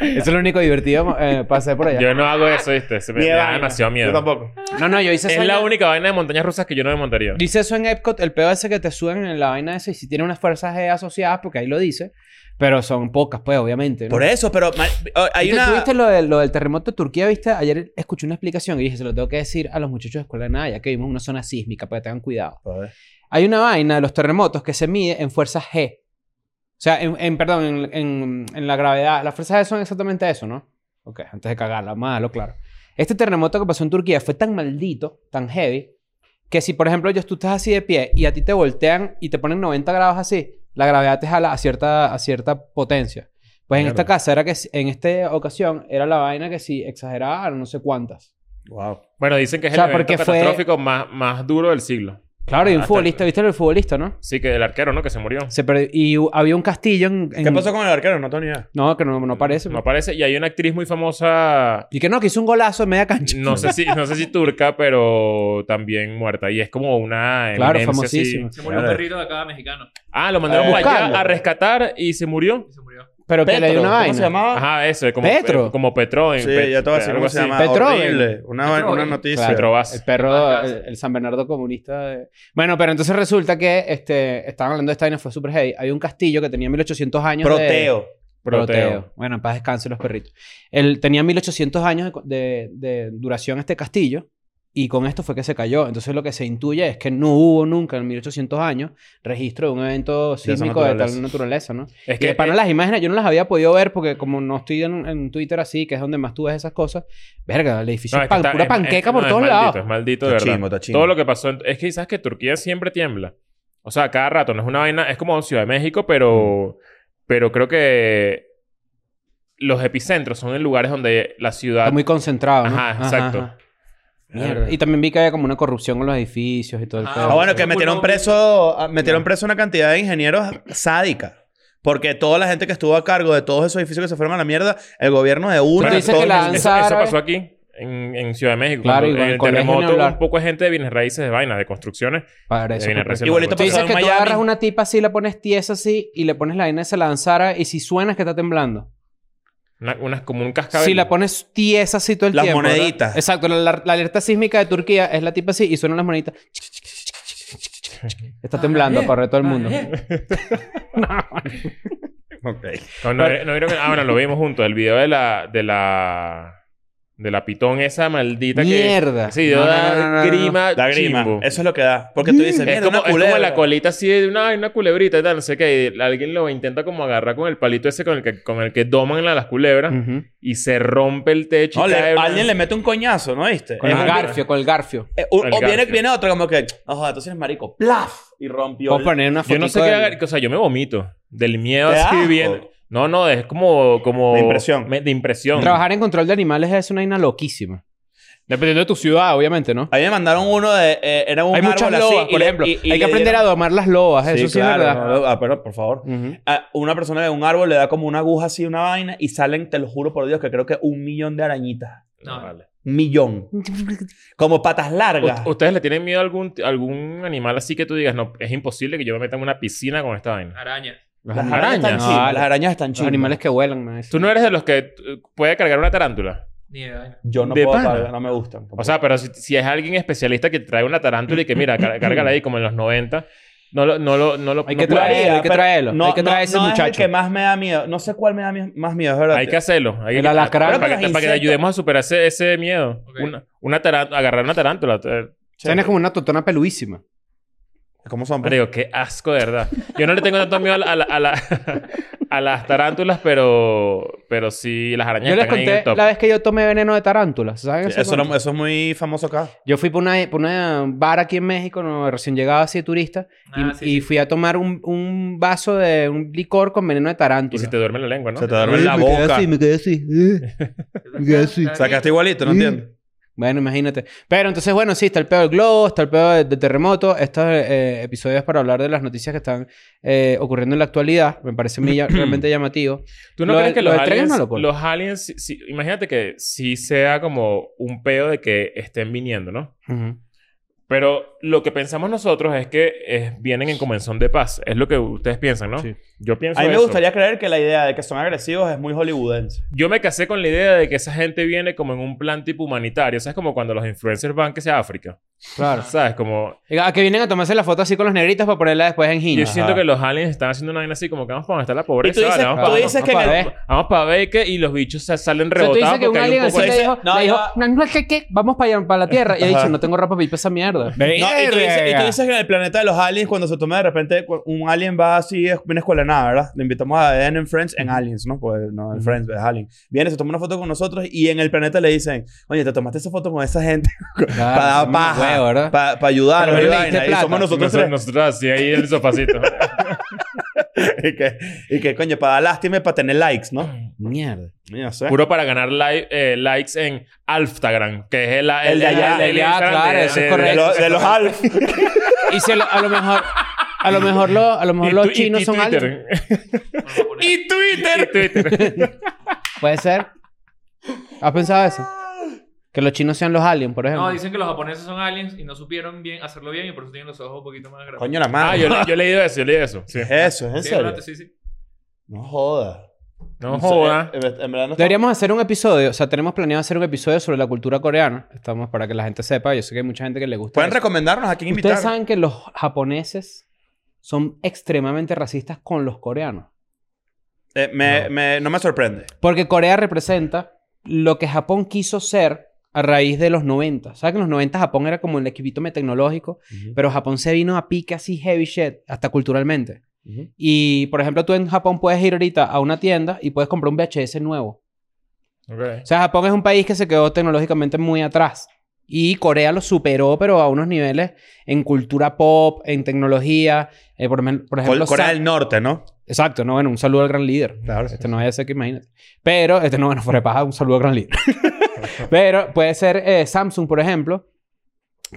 Eso es lo único divertido eh, pasé por allá. Yo no hago eso, ¿viste? Se me, Ni de me da vaina. demasiado miedo. Yo tampoco. No, no, yo hice eso. Es la en- única vaina de montañas rusas que yo no me montaría. Dice eso en Epcot, el pedo ese que te suben en la vaina esa y si tiene unas fuerzas G asociadas, porque ahí lo dice, pero son pocas, pues, obviamente. ¿no? Por eso, pero ma- oh, hay ¿Viste- una. ¿Tú viste lo, de- lo del terremoto de Turquía? ¿Viste? Ayer escuché una explicación y dije, se lo tengo que decir a los muchachos de escuela de nada, ya que vimos una zona sísmica, para que tengan cuidado. Joder. Hay una vaina de los terremotos que se mide en fuerzas G. O sea, en, en- perdón, en, en- en la gravedad. Las fuerzas G son exactamente eso, ¿no? Ok, antes de cagarla, malo, claro. Este terremoto que pasó en Turquía fue tan maldito, tan heavy, que si, por ejemplo, yo, tú estás así de pie y a ti te voltean y te ponen 90 grados así, la gravedad te jala a cierta, a cierta potencia. Pues en Mierda. esta casa era que, si- en esta ocasión, era la vaina que si exageraba a no sé cuántas. Wow. Bueno, dicen que es O sea, el evento porque fue- catastrófico más, más duro del siglo. Claro, y un Ah, Hasta- futbolista, ¿viste el futbolista, no? Sí, que el arquero, ¿no? Que se murió. Se perdió- y hu- había un castillo en, en- ¿Qué pasó con el arquero? No tengo ni idea. No, que no, no aparece. No aparece. Y hay una actriz muy famosa, Y que no, que hizo un golazo en media cancha. no sé si, no sé si turca, pero también muerta. Y es como una eminencia Claro, así. famosísimo. Se murió un Claro. perrito de acá mexicano Ah, lo mandaron Eh, para buscarlo. allá a rescatar y se murió. y se murió. Pero que le dio una ¿Cómo vaina. se llamaba? Ajá, eso, como Ah, Petro. eh, como Petro en Sí, Pet- ya te voy a decir algo cómo se así. llama. Petroven. Horrible. Una, Petroven. una noticia. Petrobas. El perro, Ah, el, el San Bernardo comunista. de- Bueno, pero entonces resulta que este, estaban hablando de esta vaina, fue super heavy. Hay un castillo que tenía 1800 años. de- Proteo. Proteo. Bueno, en paz descansen los perritos. Él tenía 1800 años de co- de, de duración este castillo y con esto fue que se cayó. Entonces lo que se intuye es que no hubo nunca en 1800 años registro de un evento esa sísmico de, naturaleza. tal naturaleza, ¿no? Es Que que eh, para las imágenes yo no las había podido ver porque como no estoy en, en Twitter así, que es donde más tú ves esas cosas, verga, el edificio no, es es que pan- está- pura es- panqueca es- por no, todos es maldito, lados. Es maldito, de Está verdad. chimo, está chimo. Todo lo que pasó... en- es que sabes que Turquía siempre tiembla. O sea, cada rato. No es una vaina... Es como Ciudad de México, pero... Pero creo que... Los epicentros son en lugares donde la ciudad... Está muy concentrado, ¿no? Ajá, exacto. Mierda. Y también vi que había como una corrupción con los edificios y todo el Ah, pedo. Ah, bueno, que Eso metieron ocurrió- preso, ah, metieron preso una cantidad de ingenieros sádica. Porque toda la gente que estuvo a cargo de todos esos edificios que se fueron a la mierda, el gobierno de una... Tú dices todo que el la mundo- Eso, eso danza árabe. pasó aquí, en, en Ciudad de México. Claro, cuando y con en el el colegio ni terremoto, hablar. un poco de gente de bienes raíces de vainas, de construcciones. Para de eso. bienes correcto. raíces. Igualito Tú Pasó dices en que tú Miami. agarras una tipa así, la pones tiesa así y le pones la vaina de Salanzara y si suena es que está temblando. Una, unas- como un cascabel. Si la pones tiesa así todo el Las tiempo. ¿verdad? moneditas. Exacto, la, la- la alerta sísmica de Turquía es la tipa así y suenan las moneditas. Está temblando para todo el mundo. Ok. No, no, no vieron que- ah, bueno, lo vimos juntos. El video de la... De la... De la pitón esa maldita que... Mierda. Sí, dio No, no, la no, no, no. grima Da grima. chimbo. Eso es lo que da. Porque tú dices, Es mierda, como, una es como culebra. la colita así de una, una culebrita y tal, no sé qué. y alguien lo intenta como agarrar con el palito ese con el que, con el que doman a las culebras Ujú. y se rompe el techo. y Mm. No, le- cae una- alguien le mete un coñazo, ¿no viste? Con Es el un- garfio, con el garfio. eh, un- El o viene, garfio. viene otro como que, ojo, tú sí eres marico. ¡Plaf! Y rompió. Puedo poner una foto. Yo no sé qué haga- O sea, yo me vomito del miedo Te así asco. viendo. No, no, es como. como De impresión. me- de impresión. Trabajar en control de animales es una vaina loquísima. Dependiendo de tu ciudad, obviamente, ¿no? A mí me mandaron uno de... eh, era un Hay muchas árbol lobas, así, y por le- ejemplo. y- y Hay le que aprender dieron- a domar las lobas. Eso sí, claro. es verdad. Ah, pero, por favor. Ujú. A una persona de un árbol le da como una aguja así, una vaina, y salen, te lo juro por Dios, que creo que un millón de arañitas. No, No. vale. Millón. Como patas largas. U- ¿Ustedes le tienen miedo a algún, algún animal así que tú digas, no, es imposible que yo me meta en una piscina con esta vaina? Araña. Las animales arañas están arañas. chimbas, Ah, Las arañas están Los chimbas. animales que vuelan, man. Tú no eres de los que eh, puede cargar una tarántula. Ni ¿eh? de vaina. Yo no de puedo, pana. pagar, no me gustan. O sea, pero si, si es alguien especialista que trae una tarántula y que mira, car- cárgala ahí como en los 90, no lo... No lo, no lo Hay no que puede- traer- hay que pero traerlo, hay que traer ese no Es el muchacho. que más me da miedo. No sé cuál me da mi- más miedo, es verdad. Hay que hacerlo. Hay El que- alacrán. Para, Pero que, los para que te insectos- ayudemos a superar ese, ese miedo. Ok. Una, una tará- agarrar una tarántula. te- Tienes como una totona peludísima. ¿Cómo son? pues? Marico, qué asco, de verdad. Yo no le tengo tanto miedo a, la- a la- a la- a las tarántulas, pero, pero sí las arañas Yo les están ahí en el conté top. la vez que yo tomé veneno de tarántulas. ¿Saben Sí, eso? eso, era- eso es muy famoso acá. Yo fui por una, por una bar aquí en México, no, recién llegaba así de turista, y, Ah, sí, y sí. fui a tomar un, un vaso de un licor con veneno de Y tarántula. si te duerme la lengua, ¿no? Se te duerme la boca. me quedé así. eh. Ya, sí. Araña. Sacaste igualito, no Sí. entiendo. Bueno, imagínate. Pero entonces, bueno, sí, está el pedo del globo, está el pedo de- del terremoto. Estos eh, episodios para hablar de las noticias que están eh, ocurriendo en la actualidad. Me parece a mí ya- realmente llamativo. ¿Tú no Lo crees del- que lo los del tren es aliens, pues. una locura. los aliens si- si- imagínate que sí sea como un peo de que estén viniendo, ¿no? Ujú. Pero lo que pensamos nosotros es que eh, vienen en comenzón de paz. Es lo que ustedes piensan, ¿no? Sí. Yo pienso A mí me eso. gustaría creer que la idea de que son agresivos es muy hollywoodense. Yo me casé con la idea de que esa gente viene como en un plan tipo humanitario. ¿Sabes? Como cuando los influencers van que sea a África. Claro. ¿Sabes? Como Ah, que vienen a tomarse la foto así con los negritos para ponerla después Yo en Gina. siento que los aliens están haciendo una vaina así como que vamos para donde está la pobreza. Y tú dices- vale, vamos tú para dices que vamos en el- pa- vamos para Beque y los bichos se salen O sea, tú rebotados dices que un porque hay alien un así poco de... le de- dijo, No, le dijo, yo- "No, no, ¿qué, qué? vamos para allá, para la Tierra. Y ha dicho, Ajá. no tengo ropa para ir para esa mierda. mierda. No, y, tú dices, y tú dices que en el planeta de los aliens, cuando se toma de repente, cu- un alien va así, es una escuela de nada, ¿verdad? Le invitamos a Eden en Friends en Aliens, ¿no? Pues no, en Friends, es Alien. Viene, se toma una foto con nosotros y en el planeta le dicen, oye, te tomaste esa foto con esa gente para dar paja, Huevo, ¿verdad? para ayudar, Ah. Pero ¿no? le Y diste vaina, y plata. somos nosotros Nosotros, tres. nosotros así ahí en el sofacito. y, que, y que, coño, para dar lástima y para tener likes, ¿no? Mierda. Y no sé. Puro para ganar li- eh, likes en Alftagram, que es el, El de allá, el de allá, Instagram claro, eso es de- de, correcto. lo- de los alf. Y si a lo, a lo mejor... A lo mejor, lo- a lo mejor Y los tu- y- chinos y son Twitter. aliens. y Twitter. Y Twitter. Puede ser. ¿Has pensado eso? Que los chinos sean los aliens, por ejemplo. No, dicen que los japoneses son aliens y no supieron bien hacerlo bien y por eso tienen los ojos un poquito más grandes. Coño, la ah, madre. yo, le- yo he leído eso, yo he leído eso. Sí. ¿Qué es eso? ¿Es en Sí, serio? espérate, sí, sí. No joda. No joda. En, en verdad no está- Deberíamos hacer un episodio, o sea, tenemos planeado hacer un episodio sobre la cultura coreana. Estamos para que la gente sepa, yo sé que hay mucha gente que le gusta. ¿Pueden eso. recomendarnos a quién invitar? Ustedes saben que los japoneses son extremadamente racistas con los coreanos. Eh, me, me- no me sorprende. Porque Corea representa lo que Japón quiso ser a raíz de los 90. ¿Sabes que en los 90 Japón era como el equipito tecnológico? Pero Japón se vino a pique así heavy shit, hasta culturalmente. Ujú. Y, por ejemplo, tú en Japón puedes ir ahorita a una tienda y puedes comprar un VHS nuevo. Ok. O sea, Japón es un país que se quedó tecnológicamente muy atrás. Y Corea lo superó, pero a unos niveles en cultura pop, en tecnología. eh, por, men- por Col- ejemplo, Corea Sa- del Norte, ¿no? Exacto, no, bueno, un saludo al gran líder. Claro. Este no vaya a ser que imagínate. Pero, este no, bueno, fuera de paja, un saludo al gran líder. pero puede ser eh, Samsung, por ejemplo,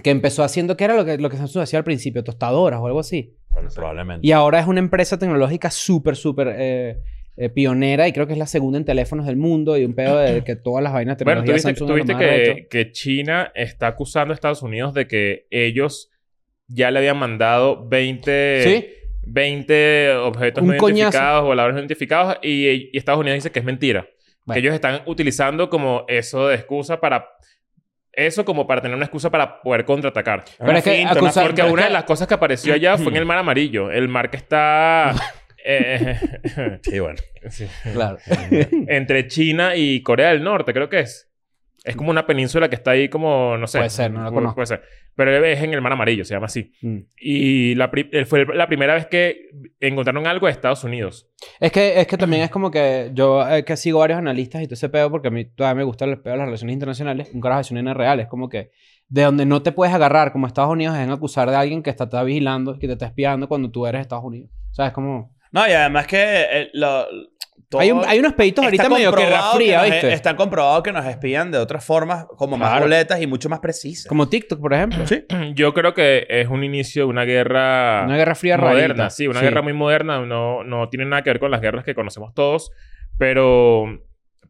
que empezó haciendo, ¿qué era lo que, lo que Samsung hacía al principio? Tostadoras o algo así. Probablemente. Y ahora es una empresa tecnológica súper, súper eh, eh, pionera y creo que es la segunda en teléfonos del mundo y un pedo de que todas las vainas de Bueno, tú tecnología viste, Samsung tú es lo viste más que, arrecho. que China está acusando a Estados Unidos de que ellos ya le habían mandado 20, Sí. 20 objetos Un no coñazo. identificados, voladores no identificados, y, y Estados Unidos dice que es mentira. Bueno. Que ellos están utilizando como eso de excusa para... Eso como para tener una excusa para poder contraatacar. Pero es que acusar- Porque Pero es una de que- las cosas que apareció allá fue en el mar amarillo. El mar que está... eh, Sí, bueno. sí. Claro. entre China y Corea del Norte, creo que es. Es como una península que está ahí como, no sé. Puede ser, no la Pu- conozco. Puede ser. Pero es en el Mar Amarillo, se llama así. Mm. Y la pri- eh, fue la primera vez que encontraron algo de Estados Unidos. Es que, es que también es como que yo eh, que sigo varios analistas y todo ese pedo porque a mí todavía me gustan los pedos de las relaciones internacionales. Un carajo de reales real. Es como que de donde no te puedes agarrar como Estados Unidos es en acusar de alguien que está, está vigilando, que te está espiando cuando tú eres Estados Unidos. O sea, es como... No, y además que eh, lo- todo- Hay, un- hay unos peditos está ahorita medio que comprobado que fría, nos- ¿viste? Está comprobado que nos espían de otras formas, como más Claro. boletas y mucho más precisas. Como TikTok, por ejemplo. Sí. Yo creo que es un inicio de una guerra... Una guerra fría moderna, rarita. sí, una guerra muy moderna, no, no tiene nada que ver con las guerras que conocemos todos, pero,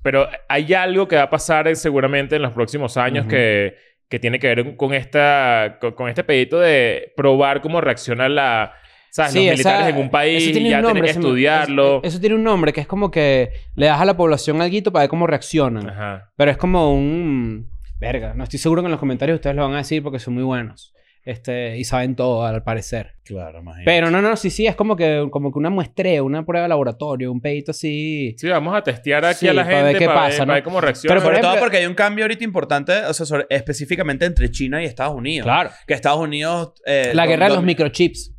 pero hay algo que va a pasar eh, seguramente en los próximos años Ujú. que, que tiene que ver con, esta, con, con este pedito de probar cómo reacciona la... ¿sabes? Sí, los esa- militares en un país eso y tiene un ya tienen nombre, que se me- estudiarlo. Eso, eso tiene un nombre que es como que le das a la población algo para ver cómo reaccionan. Ajá. Pero es como un... Verga, no estoy seguro que en los comentarios ustedes lo van a decir porque son muy buenos. Este, y saben todo, al parecer. Claro, imagínate. Pero no, no, sí, sí, es como que, como que una muestreo, una prueba de laboratorio, un pedito así. Sí, vamos a testear aquí Sí, a la gente para ver qué pasa, ¿no? para ver cómo reacciona. Pero Sobre por todo ejemplo- porque hay un cambio ahorita importante, o sea, sobre- específicamente entre China y Estados Unidos. Claro. Que Estados Unidos... eh, La dom- guerra de los dom- microchips.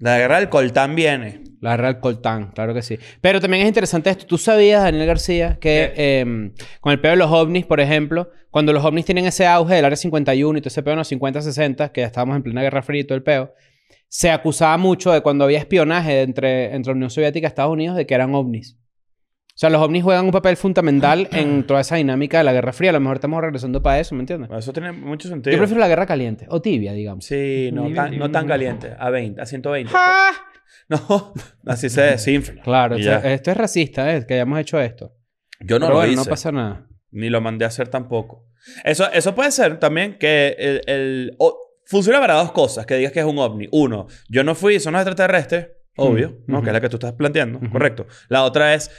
La guerra del coltán viene. La guerra del coltán, claro que sí. Pero también es interesante esto. ¿Tú sabías, Daniel García, que em, con el pedo de los ovnis, por ejemplo, cuando los ovnis tienen ese auge del área 51 y todo ese pedo en los 50, 60, que ya estábamos en plena guerra fría y todo el pedo, se acusaba mucho de cuando había espionaje entre, entre la Unión Soviética y Estados Unidos de que eran ovnis. O sea, los ovnis juegan un papel fundamental en toda esa dinámica de la guerra fría. A lo mejor estamos regresando para eso, ¿me entiendes? Eso tiene mucho sentido. Yo prefiero la guerra caliente, o tibia, digamos. Sí, no, Nivel tan, de- no tan caliente. A 20, a 120. ¡Ah! No, así se desinfla. Claro, Y esto, ya. esto es racista, ¿eh? Que hayamos hecho esto. Yo no Pero lo bueno, hice. no pasa nada. Ni lo mandé a hacer tampoco. Eso, eso puede ser también que el... el- o- funciona para dos cosas, que digas que es un ovni. Uno, yo no fui, son los extraterrestres, obvio, ¿no? Mm, ujú. Que es la que tú estás planteando, Ujú. correcto. La otra es,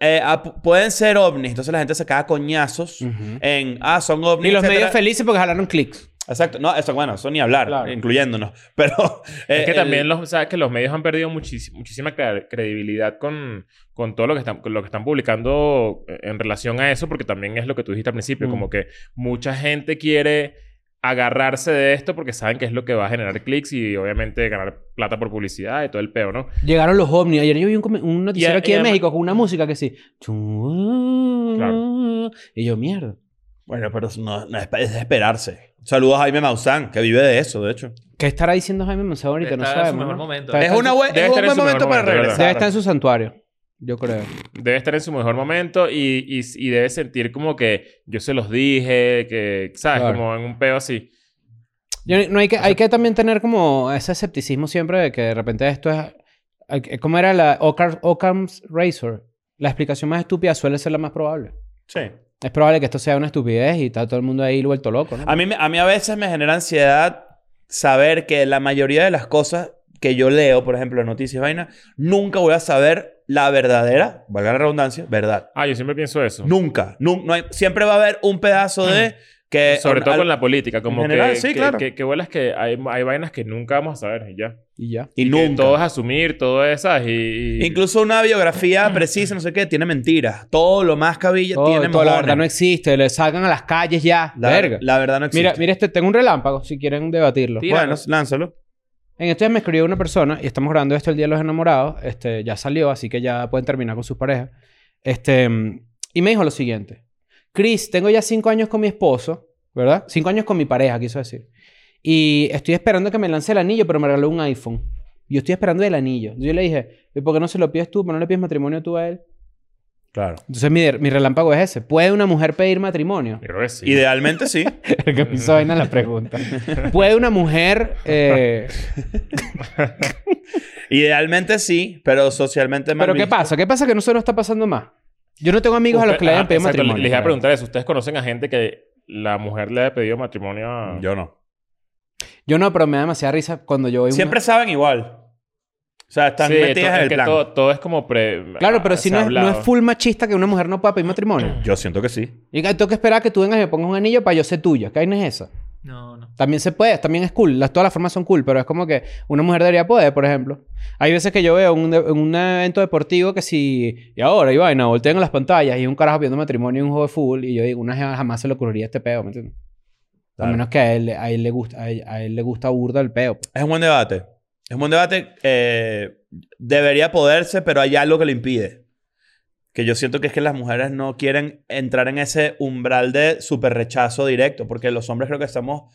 eh, ah, pu- pueden ser ovnis, entonces la gente se caga a coñazos Ujú. en, ah, son ovnis. Y los etcétera. medios felices porque jalaron clics. Exacto, no, eso bueno, eso ni hablar, Claro. incluyéndonos. Pero... eh, Es que el- también los, sabes que los medios han perdido muchis- muchísima cre- credibilidad con, con todo lo que, están, con lo que están publicando eh, en relación a eso, porque también es lo que tú dijiste al principio, Mm. como que mucha gente quiere agarrarse de esto porque saben que es lo que va a generar clics y obviamente ganar plata por publicidad y todo el peo, ¿no? Llegaron los ovnis. Ayer yo vi un, come- un noticiero Y a- aquí y de además- México con una música que sí. Y yo, mierda. Bueno, pero no, no es es de esperarse. Saludos a Jaime Maussan, que vive de eso, de hecho. ¿Qué estará diciendo Jaime Monzón ahorita? No Está en su sabemos. mejor ¿no? momento. Está- Es, una buen- debe es un estar en su buen mejor momento para momento, de verdad. regresar. Debe estar en su santuario. Yo creo. Debe estar en su mejor momento y, y, y debe sentir como que yo se los dije, que, ¿sabes? Claro. Como en un peo así. Yo no- no hay que, hay que también tener como ese escepticismo siempre de que de repente esto es... hay que- ¿Cómo era la Ocar- Occam's Razor? La explicación más estúpida suele ser la más probable. Sí. Es probable que esto sea una estupidez y está todo el mundo ahí vuelto loco, ¿no? A mí, me- a mí a veces me genera ansiedad saber que la mayoría de las cosas que yo leo, por ejemplo, en noticias y vaina, nunca voy a saber la verdadera, valga la redundancia, verdad. Ah, yo siempre pienso eso. Nunca. nun- no hay- siempre va a haber un pedazo de que... Sobre todo Eh, al- con la política, como en general, que, sí, que, claro. que, que bolas que hay, hay vainas que nunca vamos a saber y ya. Y ya. Y Que nunca. Todo es asumir, todo es esas y... y- Incluso una biografía precisa, no sé qué, tiene mentiras. Todo lo más cabilla Todo, tiene todo, la mojones. verdad no existe. Le salgan a las calles ya. La- Verga. la verdad no existe. mira, mira este. Tengo un relámpago si quieren debatirlo. Sí. bueno, lánzalo. En estos días me escribió una persona, y estamos grabando esto el Día de los Enamorados, este, ya salió, así que ya pueden terminar con sus parejas. Este, mm, y me dijo lo siguiente. Chris, tengo ya cinco años con mi esposo, ¿verdad? Cinco años con mi pareja, quiso decir. Y estoy esperando que me lance el anillo, pero me regaló un iPhone. Yo estoy esperando el anillo. Yo le dije, "¿Y ¿por qué no se lo pides tú? ¿Por qué no le pides matrimonio tú a él? Claro. Entonces mi, mi relámpago es ese. ¿Puede una mujer pedir matrimonio? Yo creo que sí. Idealmente sí. El que me hizo vaina la pregunta. ¿Puede una mujer... eh, Idealmente sí, pero socialmente mal Pero ¿qué visto. pasa? ¿Qué pasa que no se lo está pasando más? Yo no tengo amigos a los que le Usted- hayan ajá, pedido exacto, matrimonio. Les iba a claro. preguntar eso. ¿Ustedes conocen a gente que la mujer le ha pedido matrimonio a...? Yo no. Yo no, pero me da demasiada risa cuando yo veo Siempre saben igual. O sea, están Sí, metidas to- en es el que plan. Todo, todo es como pre... Claro, pero ah, si se no ha es, no es hablado. full machista que una mujer no pueda pedir matrimonio. Yo siento que sí. Y que tengo que esperar a que tú vengas y me pongas un anillo para yo ser tuya. ¿Qué vaina es esa? No, no. También se puede, también es cool. Las, todas las formas son cool, pero es como que una mujer debería poder, por ejemplo. Hay veces que yo veo un de- en un evento deportivo que si... Y ahora, y vaina, voltean las pantallas y un carajo pidiendo matrimonio en un juego de fútbol. Y yo digo, una jeva jamás se le ocurriría este pedo, ¿me entiendes? A menos que a él, a él le gusta, a él, a él le gusta burda el peo. Es un buen debate. Es un buen debate. eh, debería poderse, pero hay algo que lo impide. Que yo siento que es que las mujeres no quieren entrar en ese umbral de super rechazo directo, porque los hombres creo que estamos.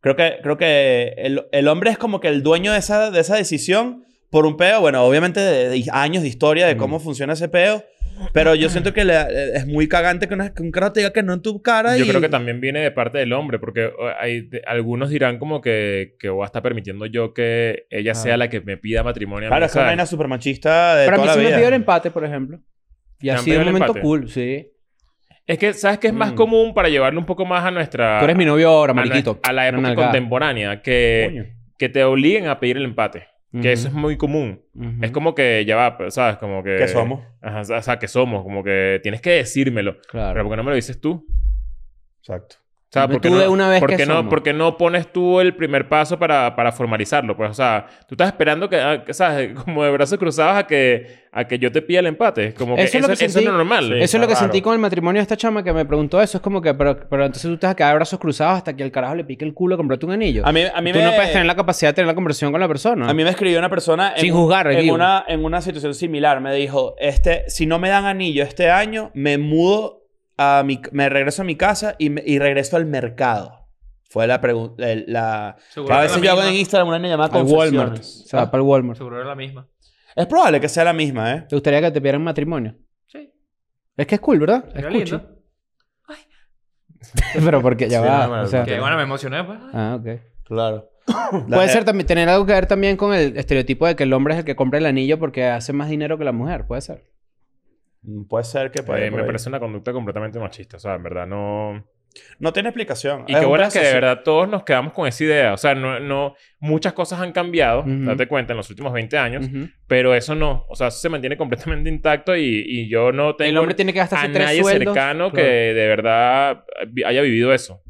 Creo que, creo que el, el hombre es como que el dueño de esa, de esa decisión por un peo, bueno, obviamente de, de años de historia de cómo funciona ese peo, pero yo siento que le- es muy cagante que, una- que un carajo te diga que no en tu cara. Yo y- creo que también viene de parte del hombre, porque eh, hay, de- algunos dirán como que, que voy a estar permitiendo yo que ella Ah. sea la que me pida matrimonio. a mí, Claro, es que una ¿sabes? vaina super machista de Para mí toda sí la me vida. pidió el empate, por ejemplo. Y ¿Te ha han sido pedido un el momento empate? cool, sí. Es que, ¿sabes qué es más Mm. común para llevarlo un poco más a Ah, nuestra... Tú eres mi novio ahora, a nue- mariquito. A la Una época nalgada. contemporánea, que, Coño. que te obliguen a pedir el empate. Ujú, Que eso es muy común. ujú. Es como que ya va, pero, ¿sabes? Como que... ¿Qué somos? Ajá, o sea- o sea, que somos. Como que tienes que decírmelo. Pero Claro. ¿por qué no me lo dices tú? Exacto. O sea, Dime ¿por qué tú no, de una vez por que qué no, somos. por qué no pones tú el primer paso para, para formalizarlo? Pues, o sea, tú estás esperando que, ah, que, ¿sabes? Como de brazos cruzados a que, a que yo te pida el empate. Como que eso, Eso es lo que eso es sentí- lo normal. Sí. Eso es está lo que raro. sentí con el matrimonio de esta chama que me preguntó eso. Es como que, pero, pero entonces tú te vas a quedar de brazos cruzados hasta que el carajo le pique el culo, comprarte un anillo. A mí, a mí tú me, no puedes tener la capacidad de tener la conversación con la persona. a mí me escribió una persona en, Sin juzgar, en, digo. una, en una situación similar. Me dijo, este, si no me dan anillo este año, me mudo a mi... Me regreso a mi casa y, me- y regreso al mercado. Fue la pregunta... la, Seguro a era veces la yo hago misma. en Instagram una llamada Al Walmart. O confesiones. sea, para el Walmart. Seguro era la misma. Es probable que sea la misma, ¿eh? ¿Te gustaría que te pidieran matrimonio? Sí. Es que es cool, ¿verdad? Es Era cuchi. lindo. Pero porque ya Sí, va. no, bueno, o sea- Que bueno, me emocioné, pues. Ay, Ah, ok. Claro. Puede ser también tener algo que ver también con el estereotipo de que el hombre es el que compra el anillo porque hace más dinero que la mujer, puede ser. Mm, Puede ser que... vaya Eh, por me ahí. parece una conducta completamente machista. O sea, en verdad no... No tiene explicación. Y qué un bueno pedo que de social. verdad todos nos quedamos con esa idea. O sea, no... no muchas cosas han cambiado, Ujú. date cuenta, en los últimos 20 años. Ujú. Pero eso no. O sea, eso se mantiene completamente intacto y, y yo no tengo... El hombre tiene que gastarse a tres nadie sueldos. cercano que Claro. de verdad vi- haya vivido eso.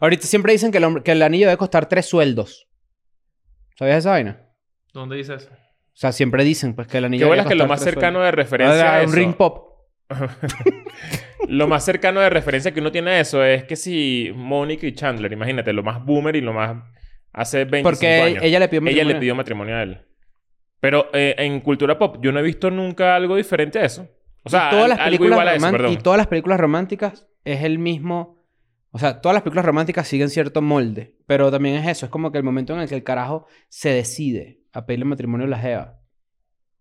Ahorita siempre dicen que el, hombre- que el anillo debe costar tres sueldos. ¿Sabías esa vaina? ¿Dónde dices? O sea, siempre dicen pues que el anillo Qué debe bolas que lo costar más tres cercano de sueldos. referencia Ah, a un eso. ring pop. lo más cercano de referencia que uno tiene a eso es que si Mónica y Chandler, imagínate, lo más boomer y lo más hace 25 Porque años. ella le pidió Ella le matrimonio. pidió matrimonio a él. Pero eh, en cultura pop yo no he visto nunca algo diferente a eso. O sea, todas las al- algo películas igual a eso, román- perdón. y todas las películas románticas es el mismo o sea todas las películas románticas siguen cierto molde pero también es eso es como que el momento en el que el carajo se decide a pedirle matrimonio a la jeva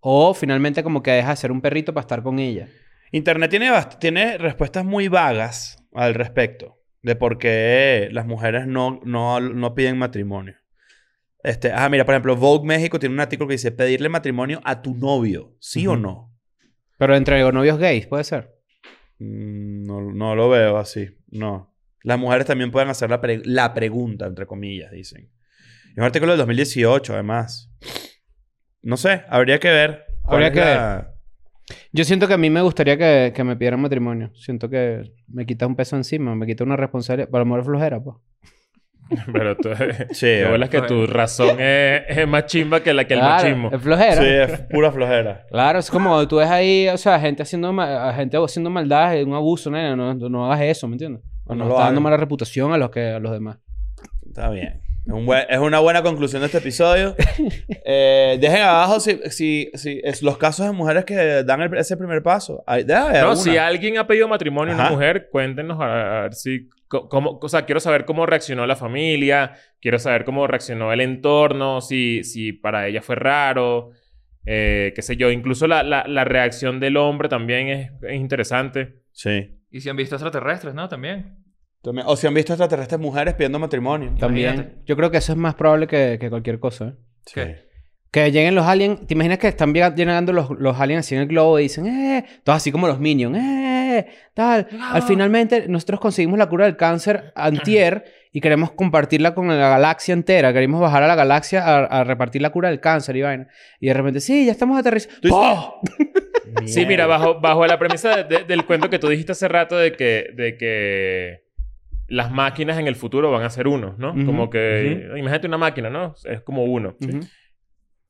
o finalmente como que deja de ser un perrito para estar con ella Internet tiene, bast- tiene respuestas muy vagas al respecto de por qué las mujeres no, no, no piden matrimonio. Este, ah, mira, por ejemplo, Vogue México tiene un artículo que dice pedirle matrimonio a tu novio, ¿sí o Ujú. no? pero entre novios gays puede ser Mm, No, no lo veo así, no. Las mujeres también pueden hacer la, pre- la pregunta, entre comillas, dicen. Es un artículo del 2018, además. No sé, habría que ver. cuál Habría es que la- yo siento que a mí me gustaría que, que me pidieran matrimonio siento que me quita un peso encima me quita una responsabilidad para lo mejor es flojera pues Pero tú... Sí, eh, Lo bueno es que tu razón es, es más chimba que la que el Claro, machismo. es flojera sí, es pura flojera. Claro, es como cuando tú ves ahí, o sea, gente haciendo, ma- a gente haciendo maldades, un abuso, nena, no, no hagas eso, ¿me entiendes? O No no, lo está dando hagas. mala reputación a los, que, a los demás. Está bien. Es, un buen- es una buena conclusión de este episodio. Eh, dejen abajo si, si, si es los casos de mujeres que dan el- ese primer paso. Ay, debe haber No, alguna. si alguien ha pedido matrimonio a una Ajá. mujer, cuéntenos a, a ver si... co- Cómo, o sea, quiero saber cómo reaccionó la familia, quiero saber cómo reaccionó el entorno, si, si para ella fue raro, eh, qué sé yo. Incluso la, la, la reacción del hombre también es, es interesante. Sí. Y si han visto extraterrestres, ¿no? También. También- O si han visto extraterrestres mujeres pidiendo matrimonio. También. Imagínate. Yo creo que eso es más probable que, que cualquier cosa, ¿eh? Sí. ¿Qué? Que lleguen los aliens, ¿te imaginas que están llega- llegando los, los aliens así en el globo y dicen, eh, todos así como los minions, eh, tal. Al finalmente nosotros conseguimos la cura del cáncer antier y queremos compartirla con la galaxia entera, queremos bajar a la galaxia a, a repartir la cura del cáncer y vaina. Y de repente, sí, ya estamos aterrizando. Tú dices- ¡Oh! Sí, mira, bajo, bajo la premisa de- de- del cuento que tú dijiste hace rato de que, de que las máquinas en el futuro van a ser uno, ¿no? Ujú, Como que... Imagínate una máquina, ¿no? Es como uno. Ujú.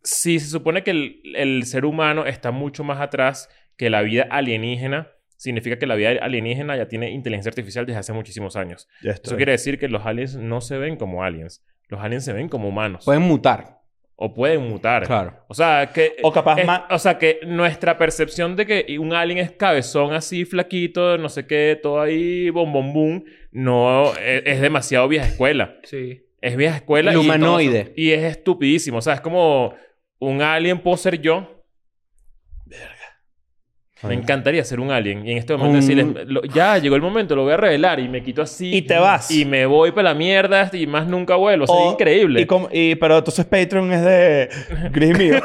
si se supone que el, el ser humano está mucho más atrás que la vida alienígena, significa que la vida alienígena ya tiene inteligencia artificial desde hace muchísimos años. Ya Eso estoy. quiere decir que los aliens no se ven como aliens. Los aliens se ven como humanos. Pueden mutar. o pueden mutar. Claro. O sea, que... O capaz es- más- o sea, que nuestra percepción de que un alien es cabezón así, flaquito, no sé qué, todo ahí, bom, bom, boom, no... e, Es, es demasiado vieja escuela. Sí. Es vieja escuela. El y todo- humanoide. Y, es estupidísimo. O sea, es como un alien puedo ser yo. Me encantaría ser un alien. Y en este momento Un- decirles, lo- ya llegó el momento, lo voy a revelar. Y me quito así. Y te vas. Y me voy para la mierda y más nunca vuelvo. Sería O- increíble. Y como- y- pero entonces Patreon es de gris mío.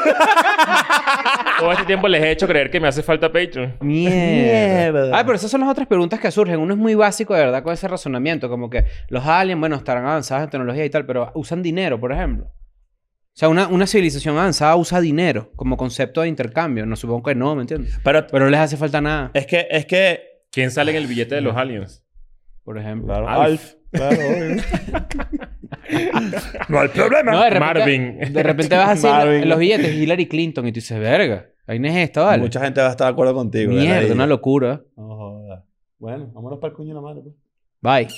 Todo este tiempo les he hecho creer que me hace falta Patreon. Mierda. Ay, Ah, pero esas son las otras preguntas que surgen. Uno es muy básico, de verdad, con ese razonamiento. Como que los aliens, bueno, estarán avanzados en tecnología y tal, pero usan dinero, por ejemplo. O sea, una, una civilización avanzada usa dinero como concepto de intercambio. No supongo que no, ¿me entiendes? pero Pero no les hace falta nada, es que, es que. ¿Quién sale en el billete de los aliens? por ejemplo. Claro, Alf. Alf. Claro, obvio. no hay problema. No, de repente, Marvin. De repente vas así en- Marvin. en los billetes Hillary Clinton y tú dices, verga, ahí no es esta, ¿vale? Mucha gente va a estar de acuerdo contigo. de Mierda, ladilla. una locura. No jodas. Bueno, vámonos para el cuño de la madre. pues. Bye.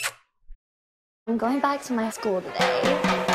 I'm going back to my school today.